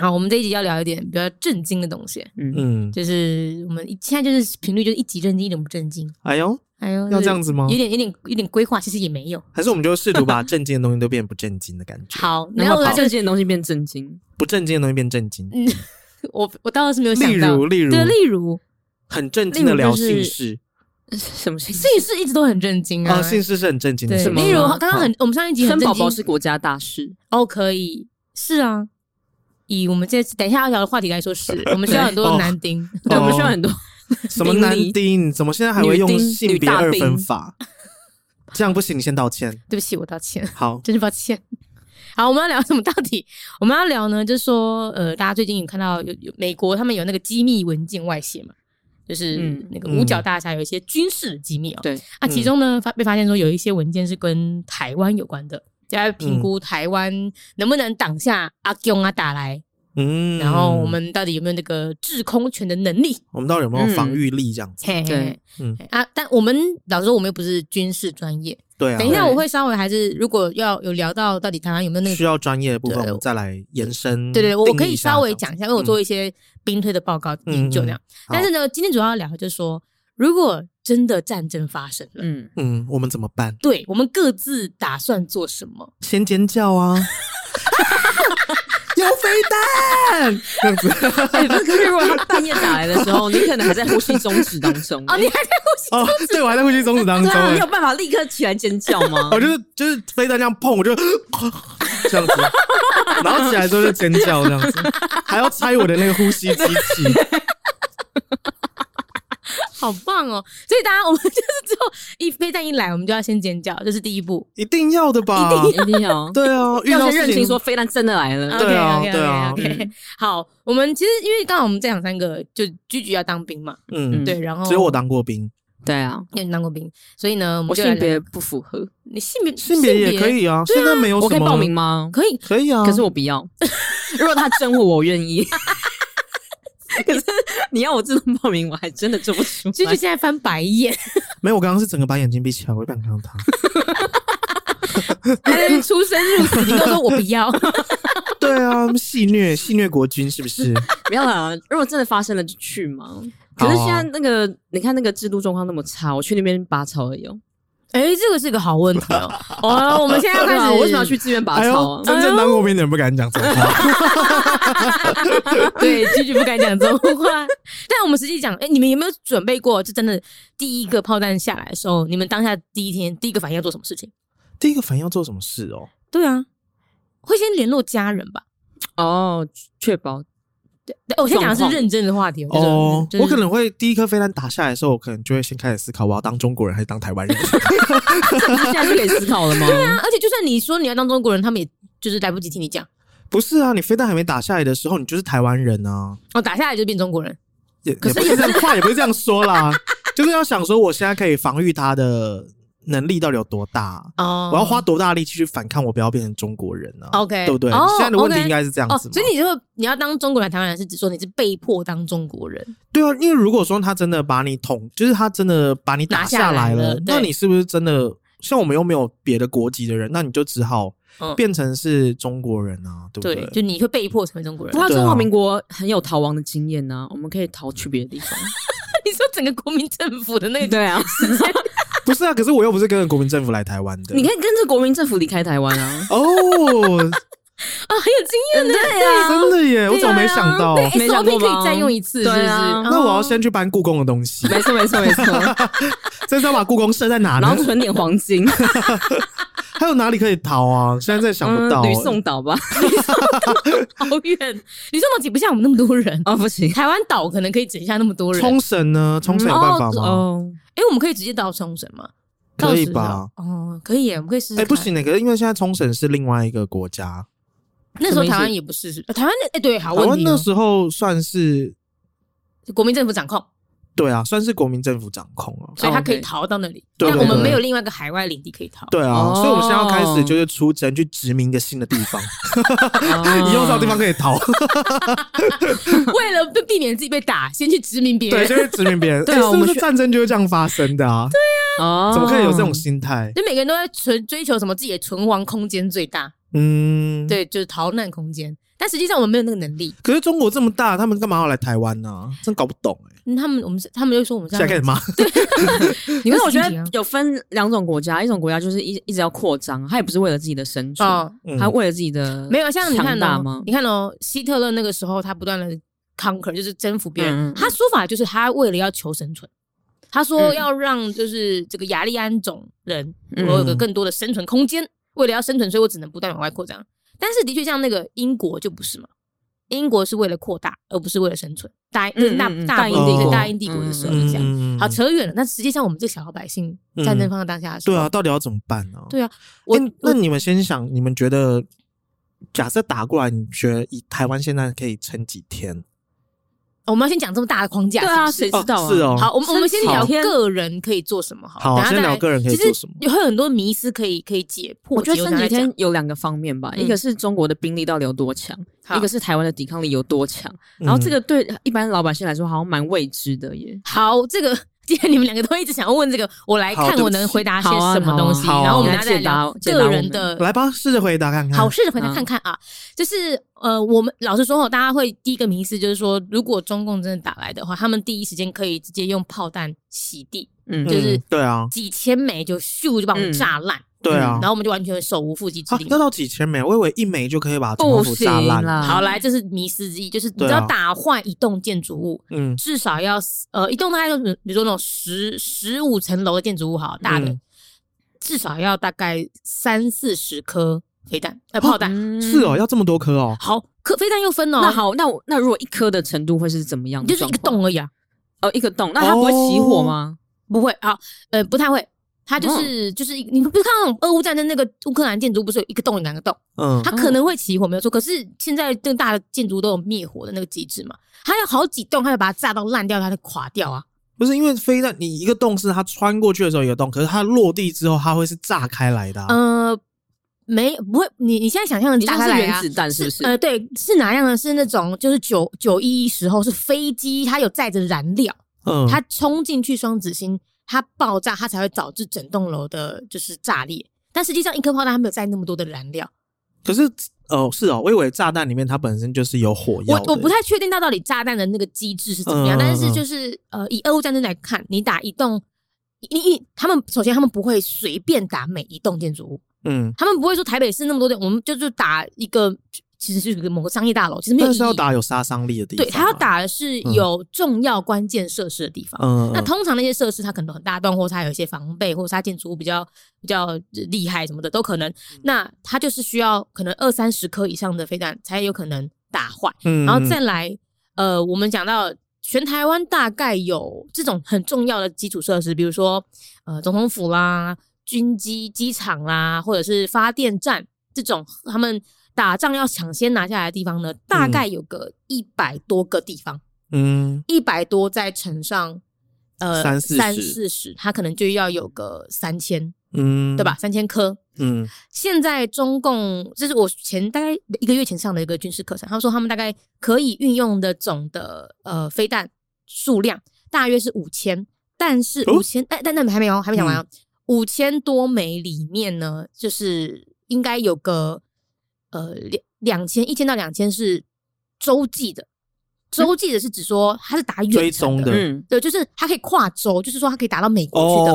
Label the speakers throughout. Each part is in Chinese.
Speaker 1: 好，我们这一集要聊一点比较震惊的东西，
Speaker 2: 嗯，
Speaker 3: 嗯，
Speaker 1: 就是我们一现在就是频率就是一集震惊，一点不震惊。
Speaker 3: 哎呦，
Speaker 1: 哎呦，
Speaker 3: 要这样子吗
Speaker 1: 有？点有点有点规划，其实也没有。
Speaker 3: 还是我们就试图 把正经的东西都变不正经的感觉，
Speaker 1: 好，
Speaker 2: 然
Speaker 1: 然后
Speaker 2: 后
Speaker 1: 我就
Speaker 2: 这件东西变震惊，
Speaker 3: 不正经的东西变正经，
Speaker 1: 我我倒是没有嗯想
Speaker 3: 例
Speaker 1: 到，
Speaker 3: 如例如
Speaker 1: 对，例如
Speaker 3: 很正经的聊姓氏
Speaker 2: 什么事情？
Speaker 1: 姓氏一直都很震惊啊，
Speaker 3: 啊，姓氏是很正经的
Speaker 1: 对，
Speaker 3: 事
Speaker 2: 什么
Speaker 3: 吗。
Speaker 1: 例如刚刚很我们上一集很
Speaker 2: 生宝
Speaker 1: 震
Speaker 2: 宝
Speaker 1: 惊
Speaker 2: 是国家大事，
Speaker 1: 哦，可以是啊。以我们这次等一下要聊的话题来说，是我们需要很多
Speaker 3: 哦
Speaker 1: 男丁，
Speaker 2: 对，我们
Speaker 3: 哦
Speaker 2: 需要很多
Speaker 3: 什么男丁，怎么现在还会用
Speaker 2: 女丁
Speaker 3: 性别二分法？这样不行，你先道歉。
Speaker 1: 对不起，我道歉。
Speaker 3: 好，
Speaker 1: 真是抱歉。好，我们要聊什么？到底我们要聊呢？就是说，呃，大家最近有看到有有美国他们有那个机密文件外泄嘛，就是
Speaker 2: 嗯
Speaker 1: 那个五角大厦有一些军事机密哦。
Speaker 2: 对，嗯
Speaker 1: 啊，其中呢发被发现说有一些文件是跟台湾有关的，就
Speaker 2: 嗯
Speaker 1: 要评估台湾能不能挡下阿公啊打来，
Speaker 3: 嗯，
Speaker 1: 然后我们到底有没有那个制空权的能力？
Speaker 3: 我们到底有没有防御力这样子？
Speaker 1: 嘿嘿嘿
Speaker 2: 对，
Speaker 3: 嗯
Speaker 1: 嘿啊，但我们老实说，我们又不是军事专业。
Speaker 3: 对啊，
Speaker 1: 等一下，
Speaker 2: 对
Speaker 1: 我会稍微还是如果要有聊到到底台湾有没有那个
Speaker 3: 需要专业的部分，
Speaker 1: 对
Speaker 3: 我们再来延伸。
Speaker 1: 对对，我
Speaker 3: 嗯定义
Speaker 1: 我可以
Speaker 3: 一下
Speaker 1: 稍微
Speaker 3: 这样
Speaker 1: 讲
Speaker 3: 子
Speaker 1: 一下，因为我
Speaker 3: 嗯
Speaker 1: 做一些兵推的报告
Speaker 3: 嗯
Speaker 1: 研究
Speaker 3: 嗯
Speaker 1: 这样。但是呢，今天主要聊就是说，如果真的战争发生了，
Speaker 2: 嗯，
Speaker 3: 嗯，我们怎么办？
Speaker 1: 对我们各自打算做什么？
Speaker 3: 先尖 叫啊！ 有飞弹，这样子
Speaker 2: 哎，不是可是如果他半夜打来的时候，你可能还在呼吸中止当中，哎
Speaker 1: 哦，你还在 呼吸？
Speaker 3: 哦，对我还在呼吸中止当中、
Speaker 2: 对啊，
Speaker 3: 欸
Speaker 2: 你有，办法立刻起来尖叫吗
Speaker 3: 我、？就是就是飞弹这样碰，我就 这样子，然后起来之后就尖叫这样 子，还要拆我的那个呼吸机器，
Speaker 1: 好棒哦！所以大家，我们就是之后一飞弹一来，我们就要先尖叫，这是第一步。
Speaker 3: 一定要的吧？
Speaker 2: 一定要，
Speaker 3: 对啊，遇
Speaker 2: 要
Speaker 3: 到
Speaker 2: 先
Speaker 3: 事
Speaker 2: 认
Speaker 3: 情
Speaker 2: 清说飞弹真的来了，
Speaker 1: 嗯
Speaker 3: 对啊对啊
Speaker 1: OK OK，好，我们其实因为刚好我们这两三个就居居要当兵嘛，
Speaker 3: 嗯，
Speaker 2: 嗯
Speaker 1: 对，然后
Speaker 3: 只有我当过兵，
Speaker 2: 对啊，
Speaker 1: 你当过兵，所以呢，我们
Speaker 2: 我
Speaker 1: 就来
Speaker 2: 性
Speaker 1: 聊
Speaker 2: 别不符合，
Speaker 1: 你性别
Speaker 3: 性别也可以啊，现在没有什么，
Speaker 2: 我可以报名，吗？
Speaker 1: 可以，
Speaker 3: 可以啊，
Speaker 2: 可是我不要。如果他征我，我愿意。 可是你要我自动报名，我还真的做不出
Speaker 1: 居居
Speaker 2: 来。
Speaker 1: 现在翻白眼，
Speaker 3: 没有，我刚刚是整个把眼睛闭起来，我不想看到他。
Speaker 1: 哎出生入死，你跟我说我不要。
Speaker 3: 对啊，戏虐戏虐国军是 不是？
Speaker 2: 不要啦，如果真的发生了就去嘛。可是
Speaker 3: 好
Speaker 2: 现
Speaker 3: 啊
Speaker 2: 在那个，你看那个制度状况那么差，我去那边拔草而已哦。
Speaker 1: 哎、这个是个好问题哦。哦，我们现在要
Speaker 2: 对
Speaker 1: 开
Speaker 2: 啊
Speaker 1: 始，
Speaker 2: 我为什么要去？自愿拔
Speaker 3: 哎
Speaker 2: 草啊
Speaker 3: 呦，？真正当过兵的人不敢讲这 种话。
Speaker 1: 对，句句不敢讲这种话。但我们实际讲，哎、你们有没有准备过？就真的第一个炮弹下来的时候，你们当下第一天第一个反应要做什么事情？
Speaker 3: 第一个反应要做什么事哦？
Speaker 1: 对啊，会先联络家人吧。
Speaker 2: 哦，确保
Speaker 1: 对我先讲的是
Speaker 2: 状况
Speaker 1: 认真的话题。
Speaker 3: 哦，
Speaker 1: 就是
Speaker 3: 我可能会第一颗飞弹打下来的时候，我可能就会先开始思考，我要当中国人还是当台湾人？
Speaker 2: 现在是可以思考了吗？
Speaker 1: 啊，而且就算你说你要当中国人，他们也就是来不及听你讲。
Speaker 3: 不是啊，你飞弹还没打下来的时候，你就是台湾人啊。
Speaker 1: 哦，打下来就变中国人。
Speaker 3: 也
Speaker 1: 可
Speaker 3: 也
Speaker 1: 是
Speaker 3: 不是这样话，也不是这样说啦， 就是要想说，我现在可以防御他的能力到底有多大？
Speaker 1: 哦，
Speaker 3: 我要花多大力气去反抗？我不要变成中国人啊
Speaker 1: OK
Speaker 3: 对不对？
Speaker 1: 哦
Speaker 3: 现在的问题
Speaker 1: OK
Speaker 3: 应该是这样
Speaker 1: 哦，
Speaker 3: 子嘛。
Speaker 1: 所以你就会你要当中国人、台湾人，是指说你是被迫当中国人。
Speaker 3: 对啊，因为如果说他真的把你捅，就是他真的把你打
Speaker 1: 拿下
Speaker 3: 下
Speaker 1: 来
Speaker 3: 来
Speaker 1: 了
Speaker 3: 了，
Speaker 1: 对
Speaker 3: 那你是不是真的像我们又没有别的国籍的人，那你就只好
Speaker 1: 嗯
Speaker 3: 变成是中国人啊，对不
Speaker 1: 对
Speaker 3: 对？，
Speaker 1: 就你会被迫成为中国人
Speaker 2: 不。过
Speaker 3: 对啊
Speaker 2: 中华民国很有逃亡的经验呢、我们可以逃去别的地方。
Speaker 1: 你说整个国民政府的那个，
Speaker 2: 对啊，
Speaker 3: 不是啊，可是我又不是跟着国民政府来台湾 的。
Speaker 2: 你可以跟着国民政府离开台湾 啊。
Speaker 3: 哦，
Speaker 1: 啊，很有经验的，对
Speaker 3: 真的耶，我怎么没想到？
Speaker 1: 对啊
Speaker 2: 没想
Speaker 1: SOP
Speaker 2: 过吧
Speaker 1: 可以再用一次，是不是？哦
Speaker 2: 对啊
Speaker 3: 那我要先去搬故宫的东西，
Speaker 2: 没错，没错，没错。
Speaker 3: 这是要把故宫设在哪
Speaker 2: 嗯 然
Speaker 3: 呢
Speaker 2: 后？存点黄金，
Speaker 3: 还有哪里可以逃啊？现在真的想不
Speaker 2: 嗯
Speaker 3: 到欸。
Speaker 2: 吕宋岛吧？
Speaker 1: 好远，你说毛几不像我们那么多人，
Speaker 2: 哦，不行，
Speaker 1: 台湾岛可能可以整下那么多人。
Speaker 3: 冲绳呢？冲绳有办法吗？
Speaker 2: 哦，
Speaker 1: 哎，我们可以直接到冲绳吗？
Speaker 3: 可
Speaker 1: 到时
Speaker 3: 以
Speaker 1: 候
Speaker 3: 吧？？
Speaker 1: 哦，可以耶，我们可以试试。
Speaker 3: 哎，不，行的，可是因为现在冲绳是另外一个国家，
Speaker 1: 那时候
Speaker 2: 什么意思
Speaker 1: 台湾也不是，是台湾的哎，对，好
Speaker 3: 台
Speaker 1: 问
Speaker 3: 湾
Speaker 1: 题
Speaker 3: 那
Speaker 1: 哦，
Speaker 3: 时候算是
Speaker 1: 国民政府掌控，
Speaker 3: 对啊，算是国民政府掌控啊。
Speaker 1: 所以他可以
Speaker 2: OK
Speaker 1: 逃到那里。
Speaker 3: 对
Speaker 1: 但
Speaker 3: 对
Speaker 1: 我们
Speaker 3: 对
Speaker 1: 没有另外一个海外领地可以逃。
Speaker 3: 对啊，
Speaker 2: 哦
Speaker 3: 所以我们现在要开始就是出征去殖民一个新的地方，
Speaker 2: 哦 啊
Speaker 3: 以后找地方可以逃，
Speaker 1: 为了避免自己被打，先去殖民别
Speaker 3: 对，
Speaker 1: 人。
Speaker 3: 就是殖民别人。
Speaker 2: 对啊
Speaker 3: 哎
Speaker 2: 我
Speaker 3: 是
Speaker 2: 们
Speaker 3: 不是战争就是这样发生的啊？
Speaker 2: 哦
Speaker 3: 怎么可以有这种心态？
Speaker 1: 就每个人都在存追求什么自己的存亡空间最大，
Speaker 3: 嗯，
Speaker 1: 对，就是逃难空间。但实际上我们没有那个能力。
Speaker 3: 可是中国这么大，他们干嘛要来台湾呢、真搞不懂哎、
Speaker 1: 嗯他们我们是他们就说我们这
Speaker 3: 现在开
Speaker 1: 样，
Speaker 3: 始骂，
Speaker 1: 你
Speaker 2: 可
Speaker 1: 会
Speaker 2: 是我觉
Speaker 1: 心情
Speaker 2: 得
Speaker 1: 啊
Speaker 2: 有分两种国家，一种国家就是一一直要扩张，他也不是为了自己的生存，
Speaker 1: 哦，
Speaker 3: 嗯
Speaker 2: 他为了自己的
Speaker 1: 没有像你看
Speaker 2: 强大
Speaker 1: 哦
Speaker 2: 吗，？
Speaker 1: 你看哦，希特勒那个时候他不断的 conquer 就是征服别人，
Speaker 2: 嗯嗯嗯
Speaker 1: 他说法就是他为了要求生存。他说
Speaker 2: 嗯
Speaker 1: 要让就是这个雅利安种人，
Speaker 2: 嗯
Speaker 1: 我有个更多的生存空间。为了要生存，所以我只能不断往外扩张。但是的确，像那个英国就不是嘛，英国是为了扩大，而不是为了生存。大就是大
Speaker 2: 嗯嗯嗯
Speaker 1: 大
Speaker 2: 大
Speaker 1: 英
Speaker 3: 英帝
Speaker 1: 帝
Speaker 3: 国
Speaker 1: 大英帝国的时候就这样。
Speaker 3: 嗯
Speaker 1: 好，扯远了。但实际上，我们这小老百姓
Speaker 3: 嗯
Speaker 1: 战争放在当下的时候，
Speaker 3: 对啊，，到底要怎么办呢、啊？
Speaker 1: 对啊，我
Speaker 3: 我、那你们先想，你们觉得假设打过来，你觉得以台湾现在可以撑几天？
Speaker 1: 我们要先讲这么大的框架，
Speaker 2: 对啊，
Speaker 1: 是不是
Speaker 2: 谁知道啊？
Speaker 3: 哦是哦
Speaker 1: 好，我们我们先
Speaker 2: 生
Speaker 1: 聊
Speaker 2: 几天
Speaker 1: 个人可以做什么好了。
Speaker 3: 好啊
Speaker 1: 等下
Speaker 3: 先
Speaker 1: 再
Speaker 3: 聊
Speaker 1: 来
Speaker 3: 个人可以
Speaker 1: 其实
Speaker 3: 做什么
Speaker 1: 有很多迷思可以可以解破。
Speaker 2: 我觉得
Speaker 1: 其实等
Speaker 2: 前几
Speaker 1: 下再
Speaker 2: 天
Speaker 1: 讲
Speaker 2: 有两个方面吧，
Speaker 1: 嗯
Speaker 2: 一个是中国的兵力到底有多强，
Speaker 1: 好
Speaker 2: 一个是台湾的抵抗力有多强。
Speaker 3: 嗯
Speaker 2: 然后这个对一般老百姓来说好像蛮未知的耶。
Speaker 1: 好，这个既然你们两个都一直想要问这个，我来
Speaker 3: 好
Speaker 1: 看
Speaker 3: 对
Speaker 1: 我
Speaker 3: 不起
Speaker 1: 能回答些
Speaker 2: 好啊
Speaker 1: 什么东西，
Speaker 3: 好啊好啊
Speaker 1: 然后我们
Speaker 2: 来
Speaker 1: 拿来
Speaker 2: 解答
Speaker 1: 聊
Speaker 2: 解答
Speaker 1: 个
Speaker 2: 我
Speaker 1: 人
Speaker 2: 们
Speaker 1: 的
Speaker 3: 来吧，试着回答看看。
Speaker 1: 好，试着回答
Speaker 2: 嗯
Speaker 1: 看看啊，就是呃，我们老实说哦，大家会第一个迷思就是说，如果中共真的打来的话，他们第一时间可以直接用炮弹洗地，
Speaker 2: 嗯，
Speaker 1: 就
Speaker 2: 就是
Speaker 3: 嗯、对啊，
Speaker 1: 几千枚就咻就把我们
Speaker 2: 嗯
Speaker 1: 炸烂，
Speaker 3: 对啊，
Speaker 1: 然后我们就完全手无缚鸡之
Speaker 3: 啊
Speaker 1: 力。嗯
Speaker 3: 要到几千枚，我以为一枚就可以把总统府炸烂
Speaker 2: 不行啦
Speaker 1: 好，来，这是迷思之一，就是你
Speaker 3: 对
Speaker 1: 知
Speaker 3: 啊
Speaker 1: 道打坏一栋建筑物，
Speaker 3: 嗯
Speaker 1: 至少要呃一栋大概就是比如说那种十十五层楼的建筑物好大的，
Speaker 3: 嗯
Speaker 1: 至少要大概三四十颗飞弹呃炮弹。
Speaker 3: 是哦，要这么多颗哦，
Speaker 1: 好，颗飞弹又分哦，
Speaker 2: 那好，那我那如果一颗的程度会是怎么样
Speaker 1: 你
Speaker 2: 的
Speaker 1: 就是
Speaker 2: 状
Speaker 1: 一
Speaker 2: 况？
Speaker 1: 个洞而已啊，
Speaker 2: 哦，一个洞，那它不会起火吗？
Speaker 1: 不会啊，呃，不太会。它就是、就是一你不是看到那种俄乌战争那个乌克兰建筑，不是有一个洞有两个洞，
Speaker 3: 嗯
Speaker 1: 它可能会起火没有错。可是现在更大的建筑都有灭火的那个机制嘛，它有好几栋，它就把它炸到烂掉，它就垮掉啊。
Speaker 3: 不是因为飞弹，你一个洞是它穿过去的时候一个洞，可是它落地之后它会是炸开来的、啊。
Speaker 1: 呃，没不会，你你现在想象
Speaker 2: 你
Speaker 1: 你
Speaker 2: 说
Speaker 1: 打
Speaker 2: 是
Speaker 1: 开来
Speaker 2: 原
Speaker 1: 啊
Speaker 2: 子，弹是不是？
Speaker 1: 呃，对，是哪样的？是那种就是九九一一时候是飞机，它有载着燃料，
Speaker 3: 嗯，
Speaker 1: 它冲进去双子星，它爆炸，它才会导致整栋楼的就是炸裂。但实际上，一颗炮弹它没有载那么多的燃料，
Speaker 3: 可是哦是哦，我以为炸弹里面它本身就是有火药
Speaker 1: 我
Speaker 3: 的。
Speaker 1: 我不太确定它到底炸弹的那个机制是怎么样，
Speaker 3: 嗯
Speaker 1: 但是
Speaker 3: 嗯
Speaker 1: 就是呃，以俄乌战争来看，你打一栋，你你他们首先他们不会随便打每一栋建筑物，
Speaker 3: 嗯，
Speaker 1: 他们不会说台北市那么多的，我们就就打一个，其实就是某个商业大楼，其实没有
Speaker 3: 但
Speaker 1: 意义
Speaker 3: 是要。打有杀伤力的地方、
Speaker 1: 对，
Speaker 3: 啊。
Speaker 1: 他要打的是
Speaker 3: 嗯
Speaker 1: 有重要关键设施的地方。
Speaker 3: 嗯，嗯，
Speaker 1: 那通常那些设施它可能很大栋，或者它有一些防备，或者它建筑物比较比较厉害什么的都可
Speaker 3: 嗯
Speaker 1: 能。那它就是需要可能二三十颗以上的飞弹才有可能打坏。
Speaker 3: 嗯
Speaker 1: 然后再来，呃，我们讲到全台湾大概有这种很重要的基础设施，比如说呃总统府啦、军机、机场啦，或者是发电站这种，他们打仗要抢先拿下来的地方呢，大概有个一百多个地方，
Speaker 3: 嗯
Speaker 1: 一百、多再乘上。呃，
Speaker 3: 三四十
Speaker 1: 三四十，它可能就要有个三千，
Speaker 3: 嗯，
Speaker 1: 对吧？？三千颗，
Speaker 3: 嗯
Speaker 1: 现在中共，这是我前大概一个月前上的一个军事课程，他们说他们大概可以运用的总的呃飞弹数量大约是五千，但是
Speaker 3: 哦嗯
Speaker 1: 五千、哎，但但还没有，还没讲完、哦，五千、多枚里面呢，就是应该有个呃两两千一千到两千是洲际的，洲际的是指说它是打远
Speaker 3: 追
Speaker 1: 程
Speaker 3: 踪
Speaker 1: 的
Speaker 3: 的
Speaker 2: 嗯，
Speaker 1: 对，就是它可以跨洲，就是说它可以打到美国去的，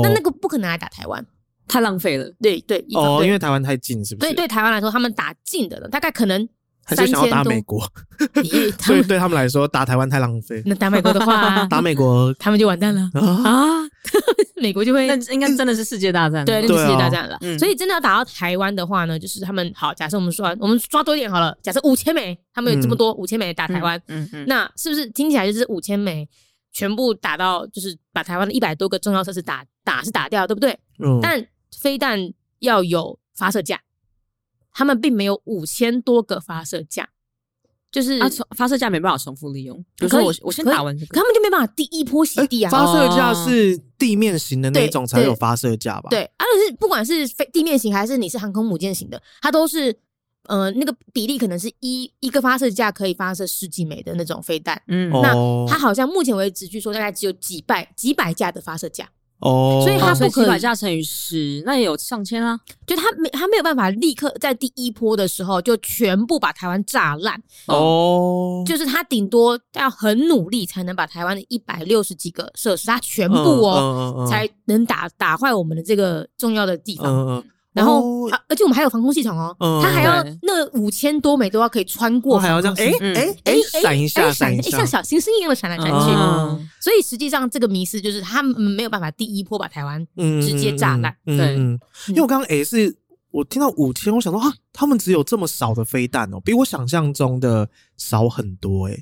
Speaker 1: 嗯那那个不可能来打台湾，
Speaker 2: 太浪费了。
Speaker 1: 对对，一方
Speaker 3: 哦，
Speaker 1: 对
Speaker 3: 因为台湾太近，是不
Speaker 1: 所
Speaker 3: 是？
Speaker 1: 以对台湾来说，他们打近的呢，大概可能
Speaker 3: 他
Speaker 1: 三
Speaker 3: 就
Speaker 1: 千
Speaker 3: 想要打
Speaker 1: 多
Speaker 3: 美，国，
Speaker 1: 咦他
Speaker 3: 所以
Speaker 1: 们
Speaker 3: 对他们来说打台湾太浪费，
Speaker 1: 那打美国的 话，
Speaker 3: 打美国
Speaker 1: 他们就完蛋了
Speaker 3: 啊，
Speaker 1: 啊！美国就会
Speaker 2: 那应该真的是世界大战。
Speaker 1: 嗯对，那就
Speaker 3: 对
Speaker 1: 世
Speaker 3: 啊
Speaker 1: 界大战了。
Speaker 2: 嗯
Speaker 1: 所以真的要打到台湾的话呢，就是他们好，假设我们说我们抓多一点好了，假设五千枚，他们有
Speaker 3: 嗯
Speaker 1: 这么多五千枚打台湾，
Speaker 2: 嗯嗯，
Speaker 1: 那是不是听起来就是五千枚全部打到，就是把台湾的一百多个重要设施打打是打掉，对不对？
Speaker 3: 嗯，
Speaker 1: 但飞弹要有发射架，他们并没有五千多个发射架，就是
Speaker 2: 啊，重发射架没办法重复利用。比如
Speaker 1: 可
Speaker 2: 说
Speaker 1: 以
Speaker 2: 我我先
Speaker 1: 可以
Speaker 2: 打完这
Speaker 1: 可
Speaker 2: 个，
Speaker 1: 他们就没办法第一波洗
Speaker 3: 诶
Speaker 1: 地啊。
Speaker 3: 发射架
Speaker 2: 哦
Speaker 3: 是地面型的那
Speaker 1: 对
Speaker 3: 种才
Speaker 1: 对
Speaker 3: 有哎发射架吧？
Speaker 1: 对，，而、且是不管是飞地面型还是你是航空母舰型的，它都是呃那个比例可能是一一个发射架可以发射十几枚的那种飞弹。
Speaker 2: 嗯
Speaker 1: 那
Speaker 3: 哦
Speaker 1: 它好像目前为止，据说大概只有几百几百架的发射架，
Speaker 3: 哦，
Speaker 1: 所以它
Speaker 2: 哦
Speaker 1: 不
Speaker 2: 所以
Speaker 1: 可以
Speaker 2: 七百加乘以十，那也有上千啊。
Speaker 1: 就他没他没有办法立刻在第一波的时候就全部把台湾炸烂，
Speaker 3: 哦，
Speaker 1: 就是他顶多要很努力才能把台湾的一百六十几个设施，他全部哦、
Speaker 3: 哦
Speaker 1: 才能打打坏我们的这个重要的地
Speaker 3: 嗯
Speaker 1: 方。
Speaker 3: 嗯嗯，
Speaker 1: 然后、
Speaker 3: 哦
Speaker 1: 啊而且我们还有防空系统哦，
Speaker 3: 嗯
Speaker 1: 他还要
Speaker 2: 对
Speaker 1: 那五千多枚都要可以穿过
Speaker 3: 我
Speaker 1: 防
Speaker 3: 还要
Speaker 1: 空
Speaker 3: 这
Speaker 1: 系
Speaker 3: 样，
Speaker 1: 统，
Speaker 3: 哎
Speaker 2: 嗯
Speaker 3: 哎
Speaker 1: 哎
Speaker 3: 哎，闪一下，
Speaker 1: 哎
Speaker 3: 闪
Speaker 1: 闪
Speaker 3: 一
Speaker 1: 哎像
Speaker 3: 下，
Speaker 1: 小星星一样的闪来闪去。
Speaker 3: 哦
Speaker 2: 嗯
Speaker 1: 所以实际上，这个迷思就是他们没有办法第一波把台湾
Speaker 3: 嗯
Speaker 1: 直接炸烂。
Speaker 3: 嗯嗯
Speaker 2: 对
Speaker 3: 嗯因为我刚刚 A 是我听到五千，我想说啊，他们只有这么少的飞弹哦，比我想象中的少很多哎。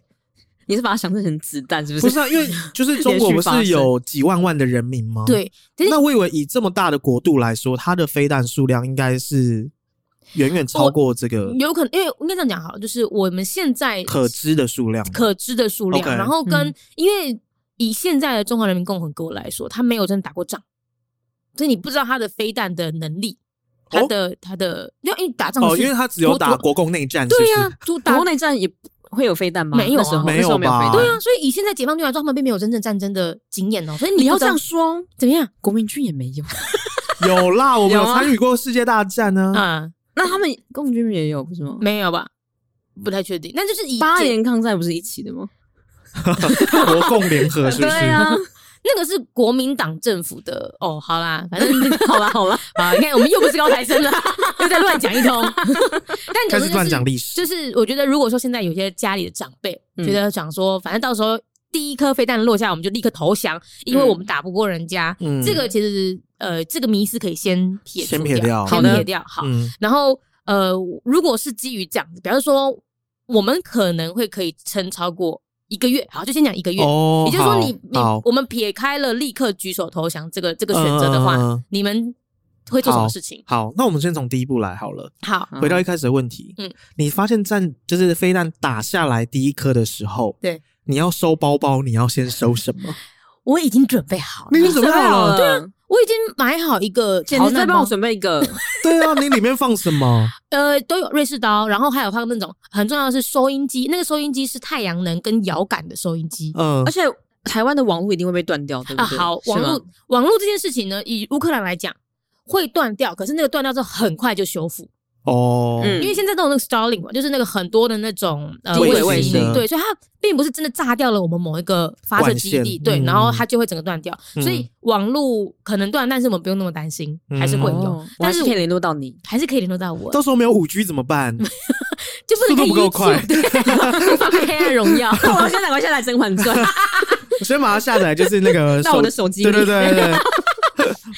Speaker 2: 你是把它想成成子弹是不是？
Speaker 3: 不是啊， 因为就是中国
Speaker 2: 连续
Speaker 3: 不
Speaker 2: 发生
Speaker 3: 是有几万万的人民吗？。
Speaker 1: 对，但是
Speaker 3: 那我以为以这么大的国度来说，它的飞弹数量应该是远远超过这个
Speaker 1: 有可能，因为应该这样讲好了，就是我们现在
Speaker 3: 可知的数量。
Speaker 1: 可知的数量，
Speaker 3: OK
Speaker 1: 然后跟、
Speaker 2: 嗯
Speaker 1: 因为以现在的中华人民共和国来说，他没有真的打过仗，所以你不知道他的飞弹的能力，他的、他的，因为因为打仗
Speaker 3: 哦，
Speaker 1: 是
Speaker 3: 因为它只有打国共内战，是不
Speaker 1: 对呀、
Speaker 3: 是？
Speaker 1: 啊，就打
Speaker 2: 打 国内战也会有飞弹吗？
Speaker 1: 没有啊
Speaker 2: 那时候
Speaker 3: 没有
Speaker 2: 那时候没有
Speaker 3: 吧
Speaker 2: 飞弹。
Speaker 1: 对啊，所以以现在解放军来说，他们并没有真正战争的经验哦，所以
Speaker 2: 你
Speaker 1: 你
Speaker 2: 要
Speaker 1: 不知
Speaker 2: 这
Speaker 1: 道
Speaker 2: 样说，
Speaker 1: 怎么样
Speaker 2: 国民军也没有。
Speaker 3: 有 啦，我们有
Speaker 2: 有啊
Speaker 3: 参与过世界大战呢。
Speaker 1: 啊、
Speaker 2: 那他们共军也有不是吗？
Speaker 1: 没有吧？不太确定，那就是以
Speaker 2: 八
Speaker 1: 解
Speaker 2: 年抗战不是一起的吗？
Speaker 3: 国共 联合是不是？
Speaker 2: 对啊，
Speaker 1: 那个是国民党政府的哦，好啦，反正
Speaker 2: 好啦好啦，
Speaker 1: 啊，你看我们又不是高材生了，又在乱讲一 通。但总之
Speaker 3: 开始
Speaker 1: 就是
Speaker 3: 乱讲历史。
Speaker 1: 就是我觉得，如果说现在有些家里的长辈
Speaker 2: 嗯
Speaker 1: 觉得想说，反正到时候第一颗飞弹落下，我们就立刻投降，因为我们打不过人家。
Speaker 3: 嗯
Speaker 1: 这个其实呃，这个迷思可以先撇除
Speaker 3: 先撇掉
Speaker 1: 先
Speaker 3: 好
Speaker 1: 撇
Speaker 3: 的
Speaker 1: 掉。好，
Speaker 3: 嗯
Speaker 1: 然后呃，如果是基于这样，比方说我们可能会可以撑超过一个月，好，就先讲一个月。
Speaker 3: 哦，
Speaker 1: 也就是说你，你
Speaker 3: 好好
Speaker 1: 我们撇开了立刻举手投降这个这个选择的话，
Speaker 3: 嗯嗯嗯嗯
Speaker 1: 你们会做什么
Speaker 3: 好
Speaker 1: 事情？
Speaker 3: 好，那我们先从第一步来好了。
Speaker 1: 好，
Speaker 2: 嗯
Speaker 3: 回到一开始的问题，
Speaker 1: 嗯
Speaker 3: 嗯，你发现战就是飞弹打下来第一颗的时候，
Speaker 1: 对，
Speaker 3: 你要收包包，你要先收什 么？
Speaker 1: 我已经准备好了
Speaker 3: 你，已经准备好了，
Speaker 2: 对啊，
Speaker 1: 我已经买好一个
Speaker 2: 简
Speaker 1: 逃
Speaker 2: 直
Speaker 1: 难
Speaker 2: 在帮
Speaker 1: 包
Speaker 2: 我准备一 个
Speaker 3: 对啊，你里面放什么？
Speaker 1: 呃，都有瑞士刀，然后还有放那种很重要的是收音机，那个收音机是太阳能跟遥感的收音机。
Speaker 3: 嗯
Speaker 2: 而，且台湾的网络一定会被断掉，对
Speaker 1: 啊，
Speaker 2: 不 对？
Speaker 1: 好，
Speaker 2: 是
Speaker 1: 网
Speaker 2: 吗
Speaker 1: 络网络这件事情呢，以乌克兰来讲会断掉，可是那个断掉之后很快就修复，
Speaker 3: 哦，
Speaker 2: 嗯
Speaker 1: 因为现在都有那个 Starlink 嘛，就是那个很多的那种呃
Speaker 2: 卫
Speaker 1: 卫
Speaker 2: 星的
Speaker 1: 对，所以它并不是真的炸掉了我们某一个发射基
Speaker 3: 管
Speaker 1: 地，
Speaker 3: 线
Speaker 1: 对，
Speaker 3: 嗯
Speaker 1: 然后它就会整个断掉，
Speaker 3: 嗯
Speaker 1: 所以网络可能断，但是我们不用那么担心，还是会
Speaker 3: 网
Speaker 1: 有，
Speaker 2: 哦我
Speaker 1: 但
Speaker 2: 还
Speaker 1: 是
Speaker 2: 是可以联络到你。
Speaker 1: 还是可以联络到我，
Speaker 3: 到时候没有五 G 怎 么办？
Speaker 1: 就不能看
Speaker 3: 速度不够
Speaker 1: YouTube，
Speaker 3: 快
Speaker 1: 对， 放黑暗荣耀。
Speaker 2: 我要先来，我先来《甄嬛传》
Speaker 3: 我先把它下载，就是那 个
Speaker 2: 到我的手机里
Speaker 3: 对对对对，